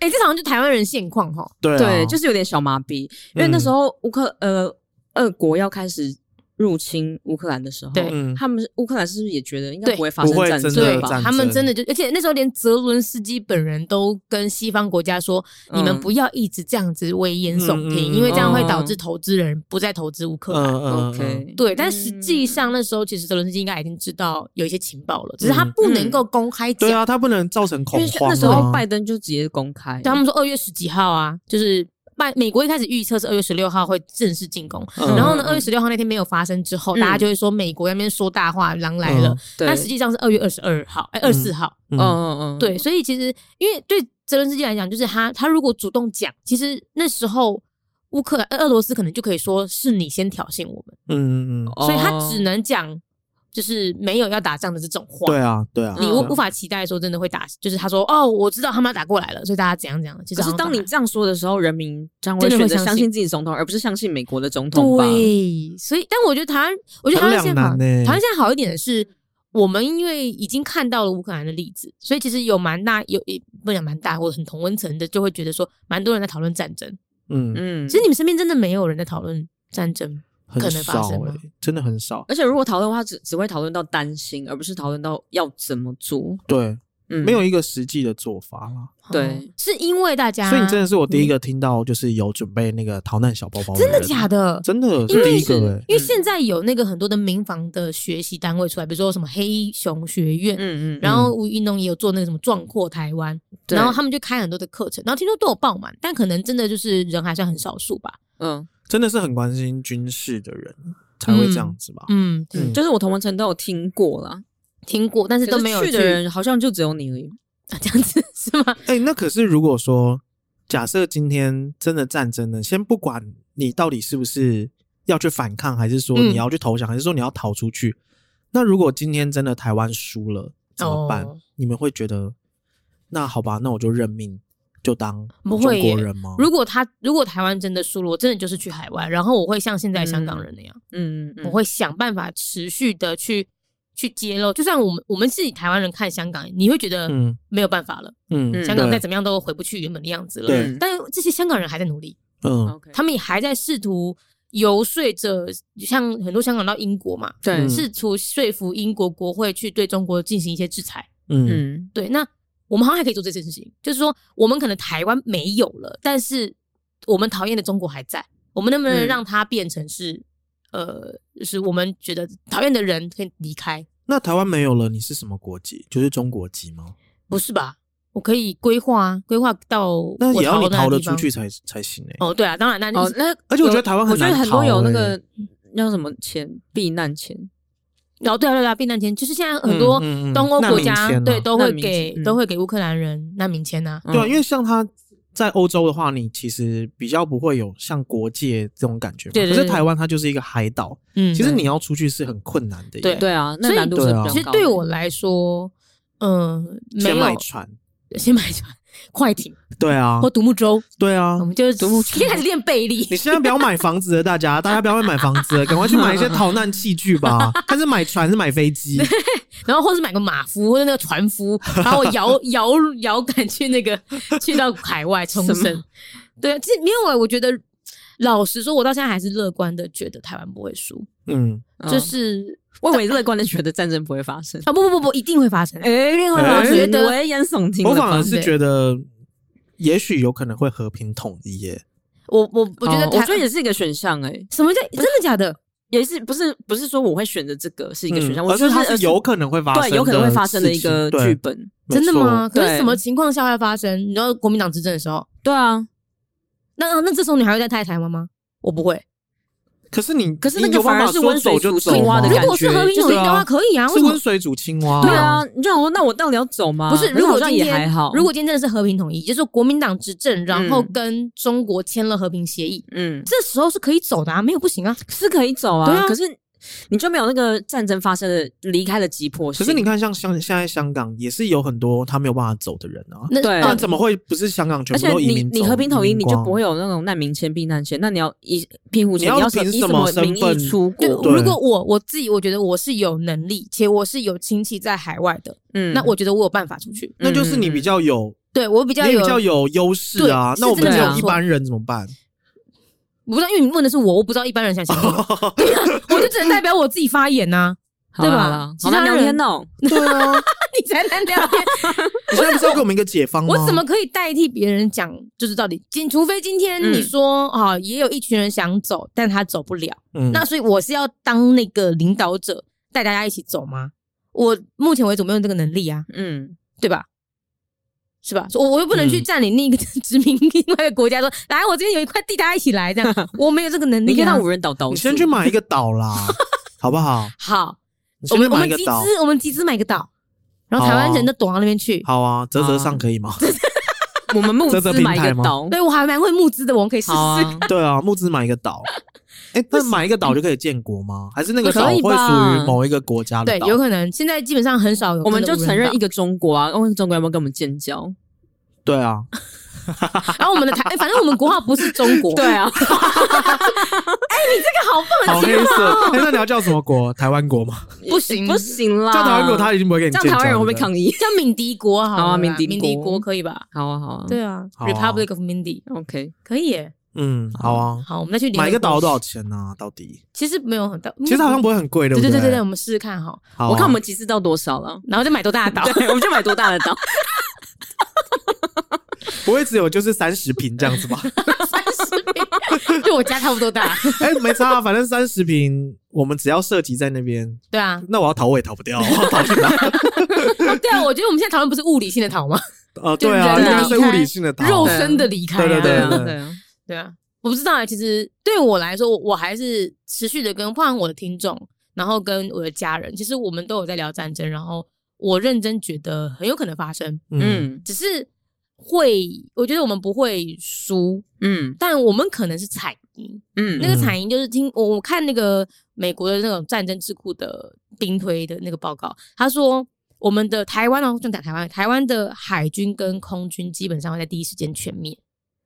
Speaker 1: 哎、这好像就台湾人现况哈。
Speaker 3: 对
Speaker 2: 对，
Speaker 3: 啊嗯
Speaker 2: 就是有点小麻痹，因为那时候乌克呃，俄国要开始入侵乌克兰的时候，
Speaker 1: 对
Speaker 3: 嗯
Speaker 2: 他们是乌克兰是不是也觉得应
Speaker 1: 对
Speaker 2: 该不会发
Speaker 3: 不
Speaker 2: 生
Speaker 3: 会
Speaker 2: 战
Speaker 3: 真
Speaker 2: 争
Speaker 1: 的
Speaker 2: 吧？
Speaker 3: 战
Speaker 1: 他们
Speaker 3: 争
Speaker 1: 真的就，而且那时候连泽伦斯基本人都跟西方国家说，你们
Speaker 2: 嗯
Speaker 1: 不要一直这样子危言耸听，
Speaker 3: 嗯嗯嗯
Speaker 1: 因为这样会导致
Speaker 2: 嗯
Speaker 1: 投资人不再投资乌克兰。
Speaker 3: 嗯嗯嗯
Speaker 2: OK，嗯
Speaker 1: 对，但实际上那时候其实泽伦斯基应该已经知道有一些情报了，只是他
Speaker 3: 嗯
Speaker 1: 不能够公开
Speaker 3: 对
Speaker 1: 讲。
Speaker 3: 啊，他不能造成
Speaker 2: 因
Speaker 3: 恐
Speaker 2: 为
Speaker 3: 慌啊。
Speaker 2: 那时候拜登就直接公开，
Speaker 1: 对他们说二月十几号啊，就是拜美国一开始预测是二月十六号会正式进攻，
Speaker 3: 嗯
Speaker 1: 然后呢，
Speaker 2: 嗯
Speaker 1: 二月十六号那天没有发生之后，
Speaker 2: 嗯
Speaker 1: 大家就会说美国那边说大话，狼来了
Speaker 3: 嗯。
Speaker 2: 对，
Speaker 1: 但实际上是二月二十二号，哎，二十四号。
Speaker 2: 嗯嗯嗯，
Speaker 1: 对，所以其实因为对泽连斯基来讲，就是他他如果主动讲，其实那时候乌克兰呃俄罗斯可能就可以说是你先挑衅我们，
Speaker 3: 嗯嗯嗯，
Speaker 2: 哦，
Speaker 1: 所以他只能讲就是没有要打仗的这种话。
Speaker 3: 对啊对啊，
Speaker 1: 你无
Speaker 2: 嗯
Speaker 3: 对啊
Speaker 1: 无法期待说真的会打，就是他说哦，我知道他们要打过来了，所以大家怎样怎样。其实
Speaker 2: 可是
Speaker 1: 好像
Speaker 2: 当你
Speaker 1: 反
Speaker 2: 这样说的时候，人民将会
Speaker 1: 真的会
Speaker 2: 选择
Speaker 1: 相
Speaker 2: 相
Speaker 1: 信
Speaker 2: 信自己总统，而不是相信美国的总
Speaker 1: 而
Speaker 2: 统吧？
Speaker 1: 对，所以但我觉得台湾，我觉得台湾
Speaker 3: 很
Speaker 1: 现
Speaker 3: 两
Speaker 1: 在好，
Speaker 3: 难欸
Speaker 1: 台湾现在好一点的是，我们因为已经看到了乌克兰的例子，所以其实有蛮大有也不能讲蛮大或者很同温层的，就会觉得说蛮多人在讨论战争。
Speaker 3: 嗯
Speaker 2: 嗯，
Speaker 1: 其实你们身边真的没有人在讨论战争，可
Speaker 3: 很
Speaker 1: 能发
Speaker 3: 少
Speaker 1: 生吗嗯
Speaker 3: 欸真的很少。
Speaker 2: 而且如果讨论的话，只只会讨论到担心，而不是讨论到要怎么做。
Speaker 3: 对，
Speaker 2: 嗯，
Speaker 3: 没有一个实际的做法啦。
Speaker 2: 对
Speaker 1: 哦是因为大家，
Speaker 3: 所以你真的是我第一
Speaker 1: 啊你
Speaker 3: 个听到就是有准备那个逃难小包包的
Speaker 1: 真
Speaker 3: 人，
Speaker 1: 的假的？
Speaker 3: 真的
Speaker 1: 因
Speaker 3: 是第
Speaker 1: 为
Speaker 3: 一个哎、
Speaker 2: 嗯
Speaker 1: 因为现在有那个很多的民防的学习单位出来，比如说什么黑熊学院，
Speaker 2: 嗯嗯，
Speaker 1: 然后吴运动也有做那个什么壮阔台湾，
Speaker 2: 对
Speaker 1: 然后他们就开很多的课程，然后听说都有爆满，但可能真的就是人还算很少数吧。
Speaker 2: 嗯，
Speaker 3: 真的是很关心军事的人才会这样子吧？
Speaker 1: 嗯，
Speaker 3: 嗯
Speaker 2: 就是我同文层都有听过啦，
Speaker 1: 听过，但是都没有
Speaker 2: 可是去的人好像就只有你而已。
Speaker 1: 啊 这样子是吗？
Speaker 3: 哎、那可是如果说假设今天真的战争呢，先不管你到底是不是要去反抗，还是说
Speaker 1: 嗯
Speaker 3: 你要去投降，还是说你要逃出去，那如果今天真的台湾输了怎么办？
Speaker 1: 哦
Speaker 3: 你们会觉得那好吧，那我就认命，就当
Speaker 1: 不
Speaker 3: 中
Speaker 1: 会耶
Speaker 3: 国人吗？
Speaker 1: 如果他如果台湾真的输了，我真的就是去海外，然后我会像现在香港人那样，
Speaker 2: 嗯，嗯嗯
Speaker 1: 我会想办法持续的去去揭露。就算我们我们自己台湾人看香港，你会觉得
Speaker 3: 嗯
Speaker 1: 没有办法了，
Speaker 3: 嗯，
Speaker 2: 嗯
Speaker 1: 香港再
Speaker 3: 对
Speaker 1: 怎么样都回不去原本的样子了。
Speaker 3: 对
Speaker 2: 嗯
Speaker 1: 但这些香港人还在努力，
Speaker 3: 嗯
Speaker 2: OK，
Speaker 1: 他们也还在试图游说着，像很多香港到英国嘛，
Speaker 2: 对，
Speaker 3: 嗯
Speaker 1: 试图说服英国国会去对中国进行一些制裁。
Speaker 3: 嗯
Speaker 2: 嗯
Speaker 1: 对，那我们好像还可以做这件事情，就是说我们可能台湾没有了，但是我们讨厌的中国还在，我们能不能
Speaker 2: 嗯
Speaker 1: 让它变成是、呃，就是我们觉得讨厌的人可以离开？
Speaker 3: 那台湾没有了，你是什么国籍？就是中国籍吗？
Speaker 1: 不是吧？我可以规划啊规划到我
Speaker 3: 那也要你
Speaker 1: 逃
Speaker 3: 逃
Speaker 1: 的
Speaker 3: 得
Speaker 1: 地
Speaker 3: 出
Speaker 1: 方。
Speaker 3: 去才才行哎、
Speaker 1: 哦，对啊，当然，那你
Speaker 2: 哦，那
Speaker 3: 而且我
Speaker 2: 有
Speaker 3: 觉得台湾很
Speaker 2: 我觉得
Speaker 3: 难
Speaker 2: 很多
Speaker 3: 逃
Speaker 2: 有那
Speaker 3: 欸
Speaker 2: 个叫什么钱避难钱，
Speaker 1: 哦，对啊，对啊，避难签就是现在很多
Speaker 3: 嗯嗯嗯
Speaker 1: 东欧国家、
Speaker 3: 难民签啊
Speaker 1: 对都会
Speaker 2: 难民
Speaker 1: 给
Speaker 2: 签嗯
Speaker 1: 都会给乌克兰人难民签呐、
Speaker 3: 对啊，
Speaker 2: 嗯
Speaker 3: 因为像他在欧洲的话，你其实比较不会有像国界这种感觉嘛。
Speaker 1: 对对
Speaker 3: 可
Speaker 1: 对
Speaker 3: 是台湾它就是一个海岛，
Speaker 1: 嗯，
Speaker 3: 其实你要出去是很困难的耶。
Speaker 1: 对
Speaker 2: 对啊，那
Speaker 1: 所以
Speaker 2: 难度是
Speaker 3: 对
Speaker 2: 比较
Speaker 3: 啊
Speaker 2: 高的。
Speaker 1: 其实对我来说，嗯、没
Speaker 3: 先
Speaker 1: 有
Speaker 3: 买船。
Speaker 1: 先买船、 快艇
Speaker 3: 对啊
Speaker 1: 或，独木舟，
Speaker 3: 对啊
Speaker 2: 嗯
Speaker 1: 我。们就是
Speaker 2: 独木舟
Speaker 1: 先开始练背力
Speaker 3: 你。现在不要买房子了，大家，大家不要买房子了，赶快去买一些逃难器具吧。但是买船是买飞机，
Speaker 1: 然后或是买个马夫或者那个船夫，把我摇摇摇杆去那个去到海外冲
Speaker 2: 什
Speaker 1: 绳。对啊，其实没有啊，我觉得老实说，我到现在还是乐观的，觉得台湾不会输，
Speaker 3: 嗯，
Speaker 2: 嗯
Speaker 1: 就是
Speaker 2: 我以为乐观的觉得战争不会发生。
Speaker 1: 啊不不不不，一定会发生。
Speaker 2: 哎，另外
Speaker 3: 哎
Speaker 2: 我觉
Speaker 1: 哎
Speaker 2: 得危言耸听了
Speaker 3: 我
Speaker 2: 吧，
Speaker 3: 反而是
Speaker 1: 对
Speaker 3: 觉得，也许有可能会和平统一耶。
Speaker 1: 我我我觉得
Speaker 2: 哦
Speaker 1: 台，
Speaker 2: 我觉得也是一个选项，哎，
Speaker 1: 什么叫真的假的？
Speaker 2: 也是不是不是说我会选择这个是一个选项，
Speaker 3: 嗯
Speaker 2: 我
Speaker 3: 而
Speaker 2: 觉
Speaker 3: 是
Speaker 2: 得
Speaker 3: 它是有可能会发生的
Speaker 2: 对
Speaker 3: 事情，
Speaker 2: 有可能会发生的一个
Speaker 3: 对
Speaker 2: 剧，本。
Speaker 3: 没
Speaker 1: 真的吗？
Speaker 3: 错
Speaker 1: 可是
Speaker 2: 对
Speaker 1: 什么情况下会发生？你知道国民党执政的时候，
Speaker 2: 对啊，
Speaker 1: 那那这时候你还会在台台湾吗？我不会。
Speaker 3: 可是你，
Speaker 2: 可是那
Speaker 3: 你
Speaker 2: 个
Speaker 3: 有办
Speaker 2: 反而
Speaker 3: 法
Speaker 2: 是
Speaker 3: 说
Speaker 2: 温水
Speaker 3: 走就
Speaker 2: 煮
Speaker 3: 走
Speaker 2: 青蛙的
Speaker 3: 吗
Speaker 1: 如
Speaker 2: 感
Speaker 1: 果是
Speaker 2: 觉
Speaker 1: 和平统一
Speaker 3: 对
Speaker 1: 的
Speaker 3: 啊
Speaker 1: 话，可以啊。为
Speaker 3: 是
Speaker 1: 什么
Speaker 3: 温水煮青蛙、
Speaker 2: 对啊，你就想说，那我到底要走吗？
Speaker 1: 不是，
Speaker 2: 那
Speaker 1: 如
Speaker 2: 啊好
Speaker 1: 果
Speaker 2: 像
Speaker 1: 今
Speaker 2: 也
Speaker 1: 天
Speaker 2: 还好，
Speaker 1: 如果今天真的是和平统一，就是说国民党执政，然后
Speaker 2: 嗯
Speaker 1: 跟中国签了和平协议，
Speaker 2: 嗯
Speaker 1: 这时候是可以走的啊，没有不行啊。
Speaker 2: 是可以走啊，
Speaker 1: 对啊
Speaker 2: 可是你就没有那个战争发生的离开的急迫性。
Speaker 3: 可是你看，像像现在香港也是有很多他没有办法走的人啊，
Speaker 1: 那
Speaker 2: 对
Speaker 1: 哦
Speaker 3: 那怎么会不是香港
Speaker 2: 嗯
Speaker 3: 全
Speaker 2: 而
Speaker 3: 部
Speaker 2: 且
Speaker 3: 都移
Speaker 2: 你
Speaker 3: 民走？
Speaker 2: 你和平统一，
Speaker 3: 移
Speaker 2: 你
Speaker 3: 民
Speaker 2: 就
Speaker 3: 光
Speaker 2: 不会嗯有那种难民签、避难签。那你要以庇护
Speaker 3: 你
Speaker 2: 所，
Speaker 3: 要
Speaker 2: 你要
Speaker 3: 凭
Speaker 2: 以
Speaker 3: 什
Speaker 2: 什
Speaker 3: 么
Speaker 2: 么
Speaker 3: 身
Speaker 2: 名
Speaker 3: 份
Speaker 2: 义出
Speaker 1: 对，
Speaker 2: 国？
Speaker 3: 对
Speaker 1: 如果我我自己，我觉得我是有能力，且我是有亲戚在海外的，
Speaker 2: 嗯
Speaker 1: 那我觉得我有办法出去。
Speaker 3: 那就是你比较有，
Speaker 1: 对我比较
Speaker 3: 你
Speaker 1: 有，
Speaker 3: 比较有优势啊。
Speaker 1: 对
Speaker 3: 那我们
Speaker 2: 是
Speaker 3: 这
Speaker 2: 真的
Speaker 3: 种
Speaker 2: 没
Speaker 3: 一
Speaker 1: 错
Speaker 3: 般人怎么 办？
Speaker 1: 我不知道，因为你问的是我，我不知道一般人想想什么，对啊我就只能代表我自己发言啊 呐、
Speaker 2: 好啦
Speaker 1: 对吧
Speaker 2: 好啦
Speaker 1: 其
Speaker 2: 好
Speaker 1: 他
Speaker 2: 难聊
Speaker 1: 人
Speaker 2: 天哦。
Speaker 3: 对啊，
Speaker 1: 你才能聊 天，
Speaker 3: 你现在不是要给我们一个解方吗？
Speaker 1: 我怎么可以代替别人讲？就是到底今，除非今天你
Speaker 2: 嗯
Speaker 1: 说啊、也有一群人想走，但他走不了，
Speaker 3: 嗯
Speaker 1: 那所以我是要当那个领导者，带大家一起走吗？我目前为止没有这个能力啊，
Speaker 2: 嗯，
Speaker 1: 对吧？是吧？我我又不能去
Speaker 3: 嗯
Speaker 1: 占领另一个殖民另外一个 国家，说来我这边有一块地，大家一起来这 样，我没有这个能力、啊。
Speaker 2: 你可以当无人岛岛
Speaker 3: 你
Speaker 2: 主。
Speaker 3: 先去买一个 岛啦，好不好？
Speaker 1: 好，
Speaker 3: 你
Speaker 1: 我
Speaker 3: 先去
Speaker 1: 们我
Speaker 3: 买一
Speaker 1: 们
Speaker 3: 个
Speaker 1: 集
Speaker 3: 岛，啊
Speaker 1: 资，我们集资买个岛，然后台湾人就躲到那边去。
Speaker 3: 好啊，折折上可以吗？
Speaker 2: 我们募
Speaker 3: 这这
Speaker 2: 资买一
Speaker 3: 平台
Speaker 2: 个
Speaker 3: 吗
Speaker 2: 岛。
Speaker 1: 对我还蛮会募资的，我们可以试
Speaker 2: 好
Speaker 1: 试。
Speaker 2: 啊，
Speaker 3: 对啊，募资买一个岛。哎，那买一个岛就可以建国吗？还是那个岛
Speaker 2: 可
Speaker 3: 会
Speaker 2: 以
Speaker 3: 属
Speaker 2: 吧
Speaker 3: 于某一个国家的
Speaker 1: 对，
Speaker 3: 岛？
Speaker 1: 有可能现在基本上很少有真的
Speaker 2: 我
Speaker 1: 无
Speaker 2: 们
Speaker 1: 人岛，
Speaker 2: 就承认一个中国啊，问中国要不要跟我们建交？
Speaker 3: 对啊，
Speaker 1: 然后我们的 台，哎反正我们国号不是中国，
Speaker 2: 对， 啊，
Speaker 1: 这个好棒
Speaker 3: 好
Speaker 1: 啊，
Speaker 3: 黑色。哎，那你要叫什么国？台湾国吗？
Speaker 1: 不行
Speaker 2: 不行啦，
Speaker 3: 叫台湾国，他已经不会给你
Speaker 2: 啊这
Speaker 3: 建
Speaker 2: 样台
Speaker 3: 交了。
Speaker 2: 湾人会不会
Speaker 3: 议？
Speaker 2: 抗议？
Speaker 1: 叫敏迪国好了啦，
Speaker 2: 好啊敏迪
Speaker 1: 敏迪
Speaker 2: 国
Speaker 1: 国可以吧？
Speaker 2: 好啊，好啊，
Speaker 1: 对啊
Speaker 3: 好啊
Speaker 1: ，Republic of Mindy
Speaker 2: ，OK，
Speaker 1: 可以耶。
Speaker 3: 嗯，好啊。
Speaker 1: 好，我们再去联合
Speaker 3: 买一个岛
Speaker 1: 国
Speaker 3: 多少钱呢？到底？
Speaker 1: 其实没有很大，
Speaker 3: 其实好像
Speaker 1: 不
Speaker 3: 不会很贵，
Speaker 1: 对
Speaker 3: 不
Speaker 1: 对嗯对
Speaker 3: 对
Speaker 1: 对对，我们试试看哈，
Speaker 3: 好啊
Speaker 2: 我看我们集资到多少了？
Speaker 1: 然后再买多大的岛。
Speaker 2: 对，我们就买多大的岛？
Speaker 3: 不会只有就是三十平这样 子吧？
Speaker 1: 三十平，就我家差不多大。
Speaker 3: 哎、没差、啊，反正三十平，我们只要涉及在那边，
Speaker 1: 对啊，
Speaker 3: 那我要逃我也逃不掉，我要逃去哪？
Speaker 1: 哦对啊，我觉得我们现在讨论不是物理性的逃吗？
Speaker 3: 呃，对啊，
Speaker 1: 就
Speaker 3: 应
Speaker 1: 人
Speaker 3: 该
Speaker 1: 离
Speaker 3: 是
Speaker 1: 开
Speaker 3: 物理性的逃。
Speaker 1: 肉身的离开啊。
Speaker 3: 对对
Speaker 2: 啊，
Speaker 3: 对
Speaker 2: 对啊，
Speaker 1: 对啊，我不知道啊。其实对我来说，我我还是持续的跟包含我的听众，然后跟我的家人，其实我们都有在聊战争，然后我认真觉得很有可能发生，
Speaker 3: 嗯，
Speaker 2: 嗯
Speaker 1: 只是会，我觉得我们不会输，
Speaker 2: 嗯
Speaker 1: 但我们可能是彩赢。那
Speaker 2: 嗯
Speaker 1: 个彩赢就是听我我看那个美国的那种战争智库的兵推的那个报告，他说。我们的台湾哦，就讲台湾，台湾的海军跟空军基本上会在第一时间全灭，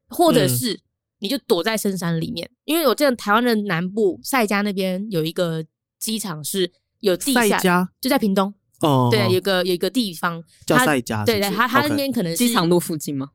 Speaker 1: 或者
Speaker 3: 嗯
Speaker 1: 是你就躲在深山里面，因为我记得台湾的南部塞加那边有一个机场是有地
Speaker 3: 赛
Speaker 1: 下，
Speaker 3: 家
Speaker 1: 就在屏东，
Speaker 3: 哦，
Speaker 1: 对，有个有一个地方，
Speaker 3: 叫
Speaker 1: 它
Speaker 3: 赛家是不
Speaker 1: 对
Speaker 3: 是，
Speaker 1: 对，他他那
Speaker 3: OK
Speaker 1: 边可能是
Speaker 2: 机场路附近吗？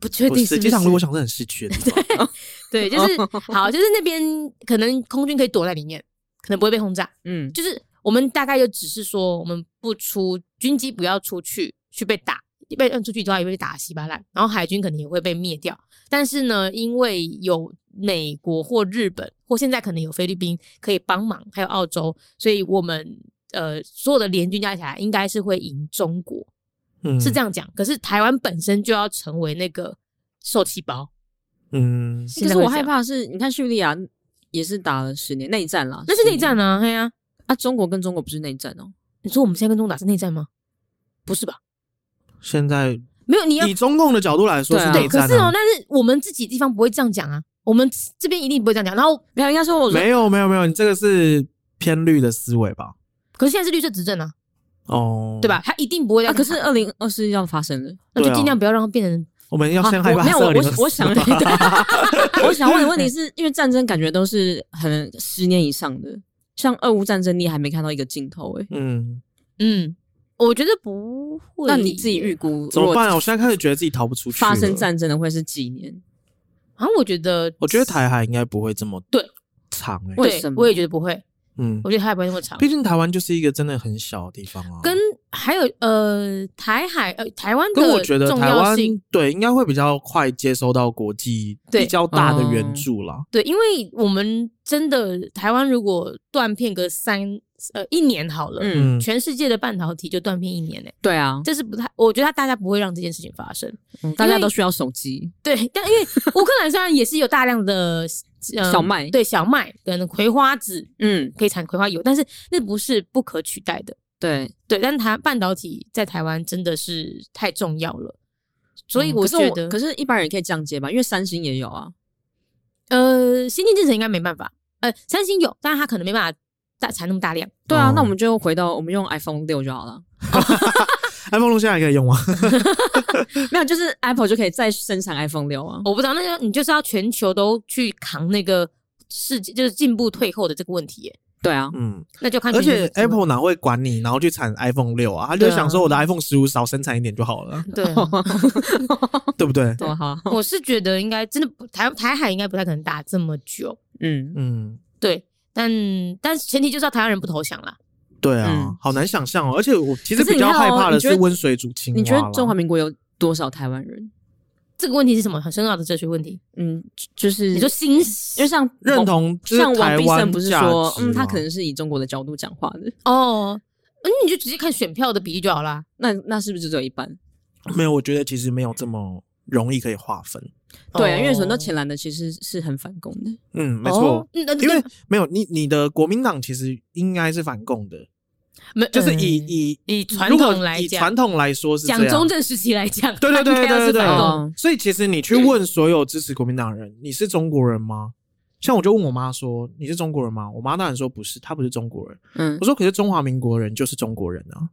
Speaker 1: 不确
Speaker 3: 不
Speaker 1: 定
Speaker 3: 是
Speaker 1: 是
Speaker 3: 机场
Speaker 1: 如
Speaker 3: 路，
Speaker 1: 果
Speaker 3: 我想是很市区的地方。
Speaker 1: 对， 就是好，就是那边可能空军可以躲在里面，可能不会被轰炸。
Speaker 2: 嗯
Speaker 1: 就是我们大概就只是说，我们不出军机，不要出去去被打，被嗯出去的话也会被打稀巴烂，然后海军肯定也会被灭掉。但是呢，因为有美国或日本，或现在可能有菲律宾可以帮忙，还有澳洲，所以我们呃所有的联军加起来应该是会赢中国，
Speaker 3: 嗯，
Speaker 1: 是这样讲。可是台湾本身就要成为那个受气包，
Speaker 3: 嗯，
Speaker 1: 现
Speaker 2: 可
Speaker 1: 在
Speaker 2: 是
Speaker 1: 会
Speaker 2: 我
Speaker 1: 这
Speaker 2: 害
Speaker 1: 样，
Speaker 2: 怕的是，你看叙利亚也是打了十年内战啦，
Speaker 1: 那是内战
Speaker 2: 啊，
Speaker 1: 啊，哎呀、
Speaker 2: 啊，中国跟中国不是内战哦，
Speaker 1: 你说我们现在跟中国打是内战吗？不是吧？
Speaker 3: 现在
Speaker 1: 没有，你要
Speaker 3: 以中共的角度来说是
Speaker 2: 对啊
Speaker 1: 对，
Speaker 3: 内
Speaker 1: 可
Speaker 3: 战
Speaker 1: 是哦
Speaker 3: 啊，，
Speaker 1: 但是我们自己地方不会这样讲啊，我们这边一定不会这样讲。然后，
Speaker 2: 没有，应该说我说
Speaker 3: 没有没有没有，你这个是偏绿的思维吧？
Speaker 1: 可是现在是绿色执政啊，
Speaker 3: 哦，
Speaker 1: 对吧？？他一定不会这
Speaker 2: 啊，
Speaker 1: 样。
Speaker 2: 可是二零二四要发生了。
Speaker 1: 那
Speaker 3: 对
Speaker 1: 就
Speaker 3: 啊
Speaker 1: 尽量不要让它变成
Speaker 3: 我们要
Speaker 2: 啊
Speaker 3: 先害
Speaker 2: 我
Speaker 3: 怕
Speaker 2: 没有，我
Speaker 3: 色
Speaker 2: 我
Speaker 3: 灵
Speaker 2: 想
Speaker 3: 的
Speaker 2: 我想
Speaker 3: 死吧
Speaker 2: 我想问的问题是，因为战争感觉都是很十年以上的，像俄乌战争，你还没看到一个尽头哎、
Speaker 3: 嗯，
Speaker 1: 嗯，我觉得不会。
Speaker 2: 那你自己预估
Speaker 3: 怎么办啊？
Speaker 2: 如
Speaker 3: 我
Speaker 2: 果
Speaker 3: 现在开始觉得自己逃不出去。
Speaker 2: 发生，战争的会是几年？
Speaker 1: 啊？我觉得，
Speaker 3: 我觉得台海应该不会这么
Speaker 1: 对
Speaker 3: 长哎、
Speaker 1: 对
Speaker 2: 为什么
Speaker 1: 我也觉得不会，
Speaker 3: 嗯，
Speaker 1: 我觉得它也不会那么长。
Speaker 3: 毕竟台湾就是一个真的很小的地方啊，
Speaker 1: 跟还有呃，台海呃，台湾
Speaker 3: 跟我
Speaker 1: 的
Speaker 3: 觉得
Speaker 1: 重
Speaker 3: 台
Speaker 1: 要
Speaker 3: 湾
Speaker 1: 性，
Speaker 3: 对应该会比较快接收到国际
Speaker 1: 对
Speaker 3: 比较大的援
Speaker 2: 嗯
Speaker 3: 助啦。
Speaker 1: 对，因为我们真的台湾如果断片个三呃一年好了，
Speaker 2: 嗯，
Speaker 3: 嗯，
Speaker 1: 全世界的半导体就断片一年呢、欸
Speaker 2: 对啊，
Speaker 1: 这是不太，我觉得大家不会让这件事情发生。
Speaker 2: 嗯大家都需要手机。
Speaker 1: 对，但因为乌克兰虽然也是有大量的、呃
Speaker 2: 小麦
Speaker 1: 对小麦跟葵花籽
Speaker 2: 嗯，
Speaker 1: 可以产葵花油，但是那不是不可取代的。
Speaker 2: 对。
Speaker 1: 对，但台半导体在台湾真的是太重要了，所以
Speaker 2: 嗯
Speaker 1: 我
Speaker 2: 可是
Speaker 1: 觉得，
Speaker 2: 可是一般人也可以降阶吧，因为三星也有啊。
Speaker 1: 呃，先进制程应该没办法，呃，三星有，但是它可能没办法大产那么大量。
Speaker 2: 对啊，
Speaker 3: 哦
Speaker 2: 那我们就回到我们用 iPhone 六就好了，
Speaker 3: iPhone 哎六现在还可以用吗？
Speaker 2: 没有，就是 Apple 就可以再生产 iPhone 六啊。
Speaker 1: 我不知道，那个你就是要全球都去扛那个世界就是进步退后的这个问题耶，
Speaker 2: 对啊，
Speaker 3: 嗯，
Speaker 1: 那就看
Speaker 3: 而
Speaker 1: 全球
Speaker 3: 且
Speaker 1: 怎么
Speaker 3: Apple 哪会管你，然后去产 iPhone 六啊？他就
Speaker 1: 对啊
Speaker 3: 想说我的 iPhone 十五少生产一点就好 了，
Speaker 1: 对啊、
Speaker 3: 对不对？
Speaker 2: 多哦好，啊
Speaker 1: 我是觉得应该真的不台台海应该不太可能打这么久，
Speaker 2: 嗯，
Speaker 3: 嗯，
Speaker 1: 对，但但前提就是要台湾人不投降啦。
Speaker 3: 对啊，
Speaker 2: 嗯
Speaker 3: 好难想象哦。而且我其实
Speaker 2: 可是
Speaker 3: 比
Speaker 2: 你看哦
Speaker 3: 较害怕的是
Speaker 2: 你觉得
Speaker 3: 温水煮青蛙啦。
Speaker 2: 你觉得中华民国有多少台湾人？
Speaker 1: 这个问题是什么？很深奥的哲学问题。
Speaker 2: 嗯，就嗯就是
Speaker 1: 你说心
Speaker 2: 因为像
Speaker 3: 认
Speaker 2: 王。
Speaker 3: 同就是
Speaker 2: 像王
Speaker 3: 台
Speaker 2: 必
Speaker 3: 湾
Speaker 2: 胜不是
Speaker 3: 价
Speaker 2: 说，
Speaker 3: 值
Speaker 2: 嗯，他
Speaker 3: 吗
Speaker 2: 可能是以中国的角度讲话的，
Speaker 1: 哦，嗯，你就直接看选票的比例就好啦。
Speaker 2: 那那是不是只有一半？
Speaker 3: 没有，我觉得其实没有这么容易可以划分。
Speaker 2: 对啊，因为
Speaker 1: 哦
Speaker 2: 很多浅蓝的其实是很反共的，
Speaker 3: 嗯，没错。
Speaker 1: 哦嗯那
Speaker 3: 因为没有你，你的国民党其实应该是反共的，
Speaker 1: 没
Speaker 3: 就是以、
Speaker 1: 嗯
Speaker 3: 以
Speaker 1: 以传
Speaker 3: 如果
Speaker 1: 统来
Speaker 3: 以
Speaker 1: 讲
Speaker 3: 传统来说是这
Speaker 1: 蒋
Speaker 3: 样
Speaker 1: 中正时期来讲，
Speaker 3: 对对对
Speaker 1: 他应该要
Speaker 3: 对
Speaker 1: 是
Speaker 3: 对
Speaker 1: 反共
Speaker 2: 哦
Speaker 3: 所以其实你去问所有支持国民党的人，你是中国人吗？像我就问我妈说你是中国人吗？我妈当然说不是，她不是中国人。
Speaker 2: 嗯
Speaker 3: 我，说可是中华民国人就是中国人啊，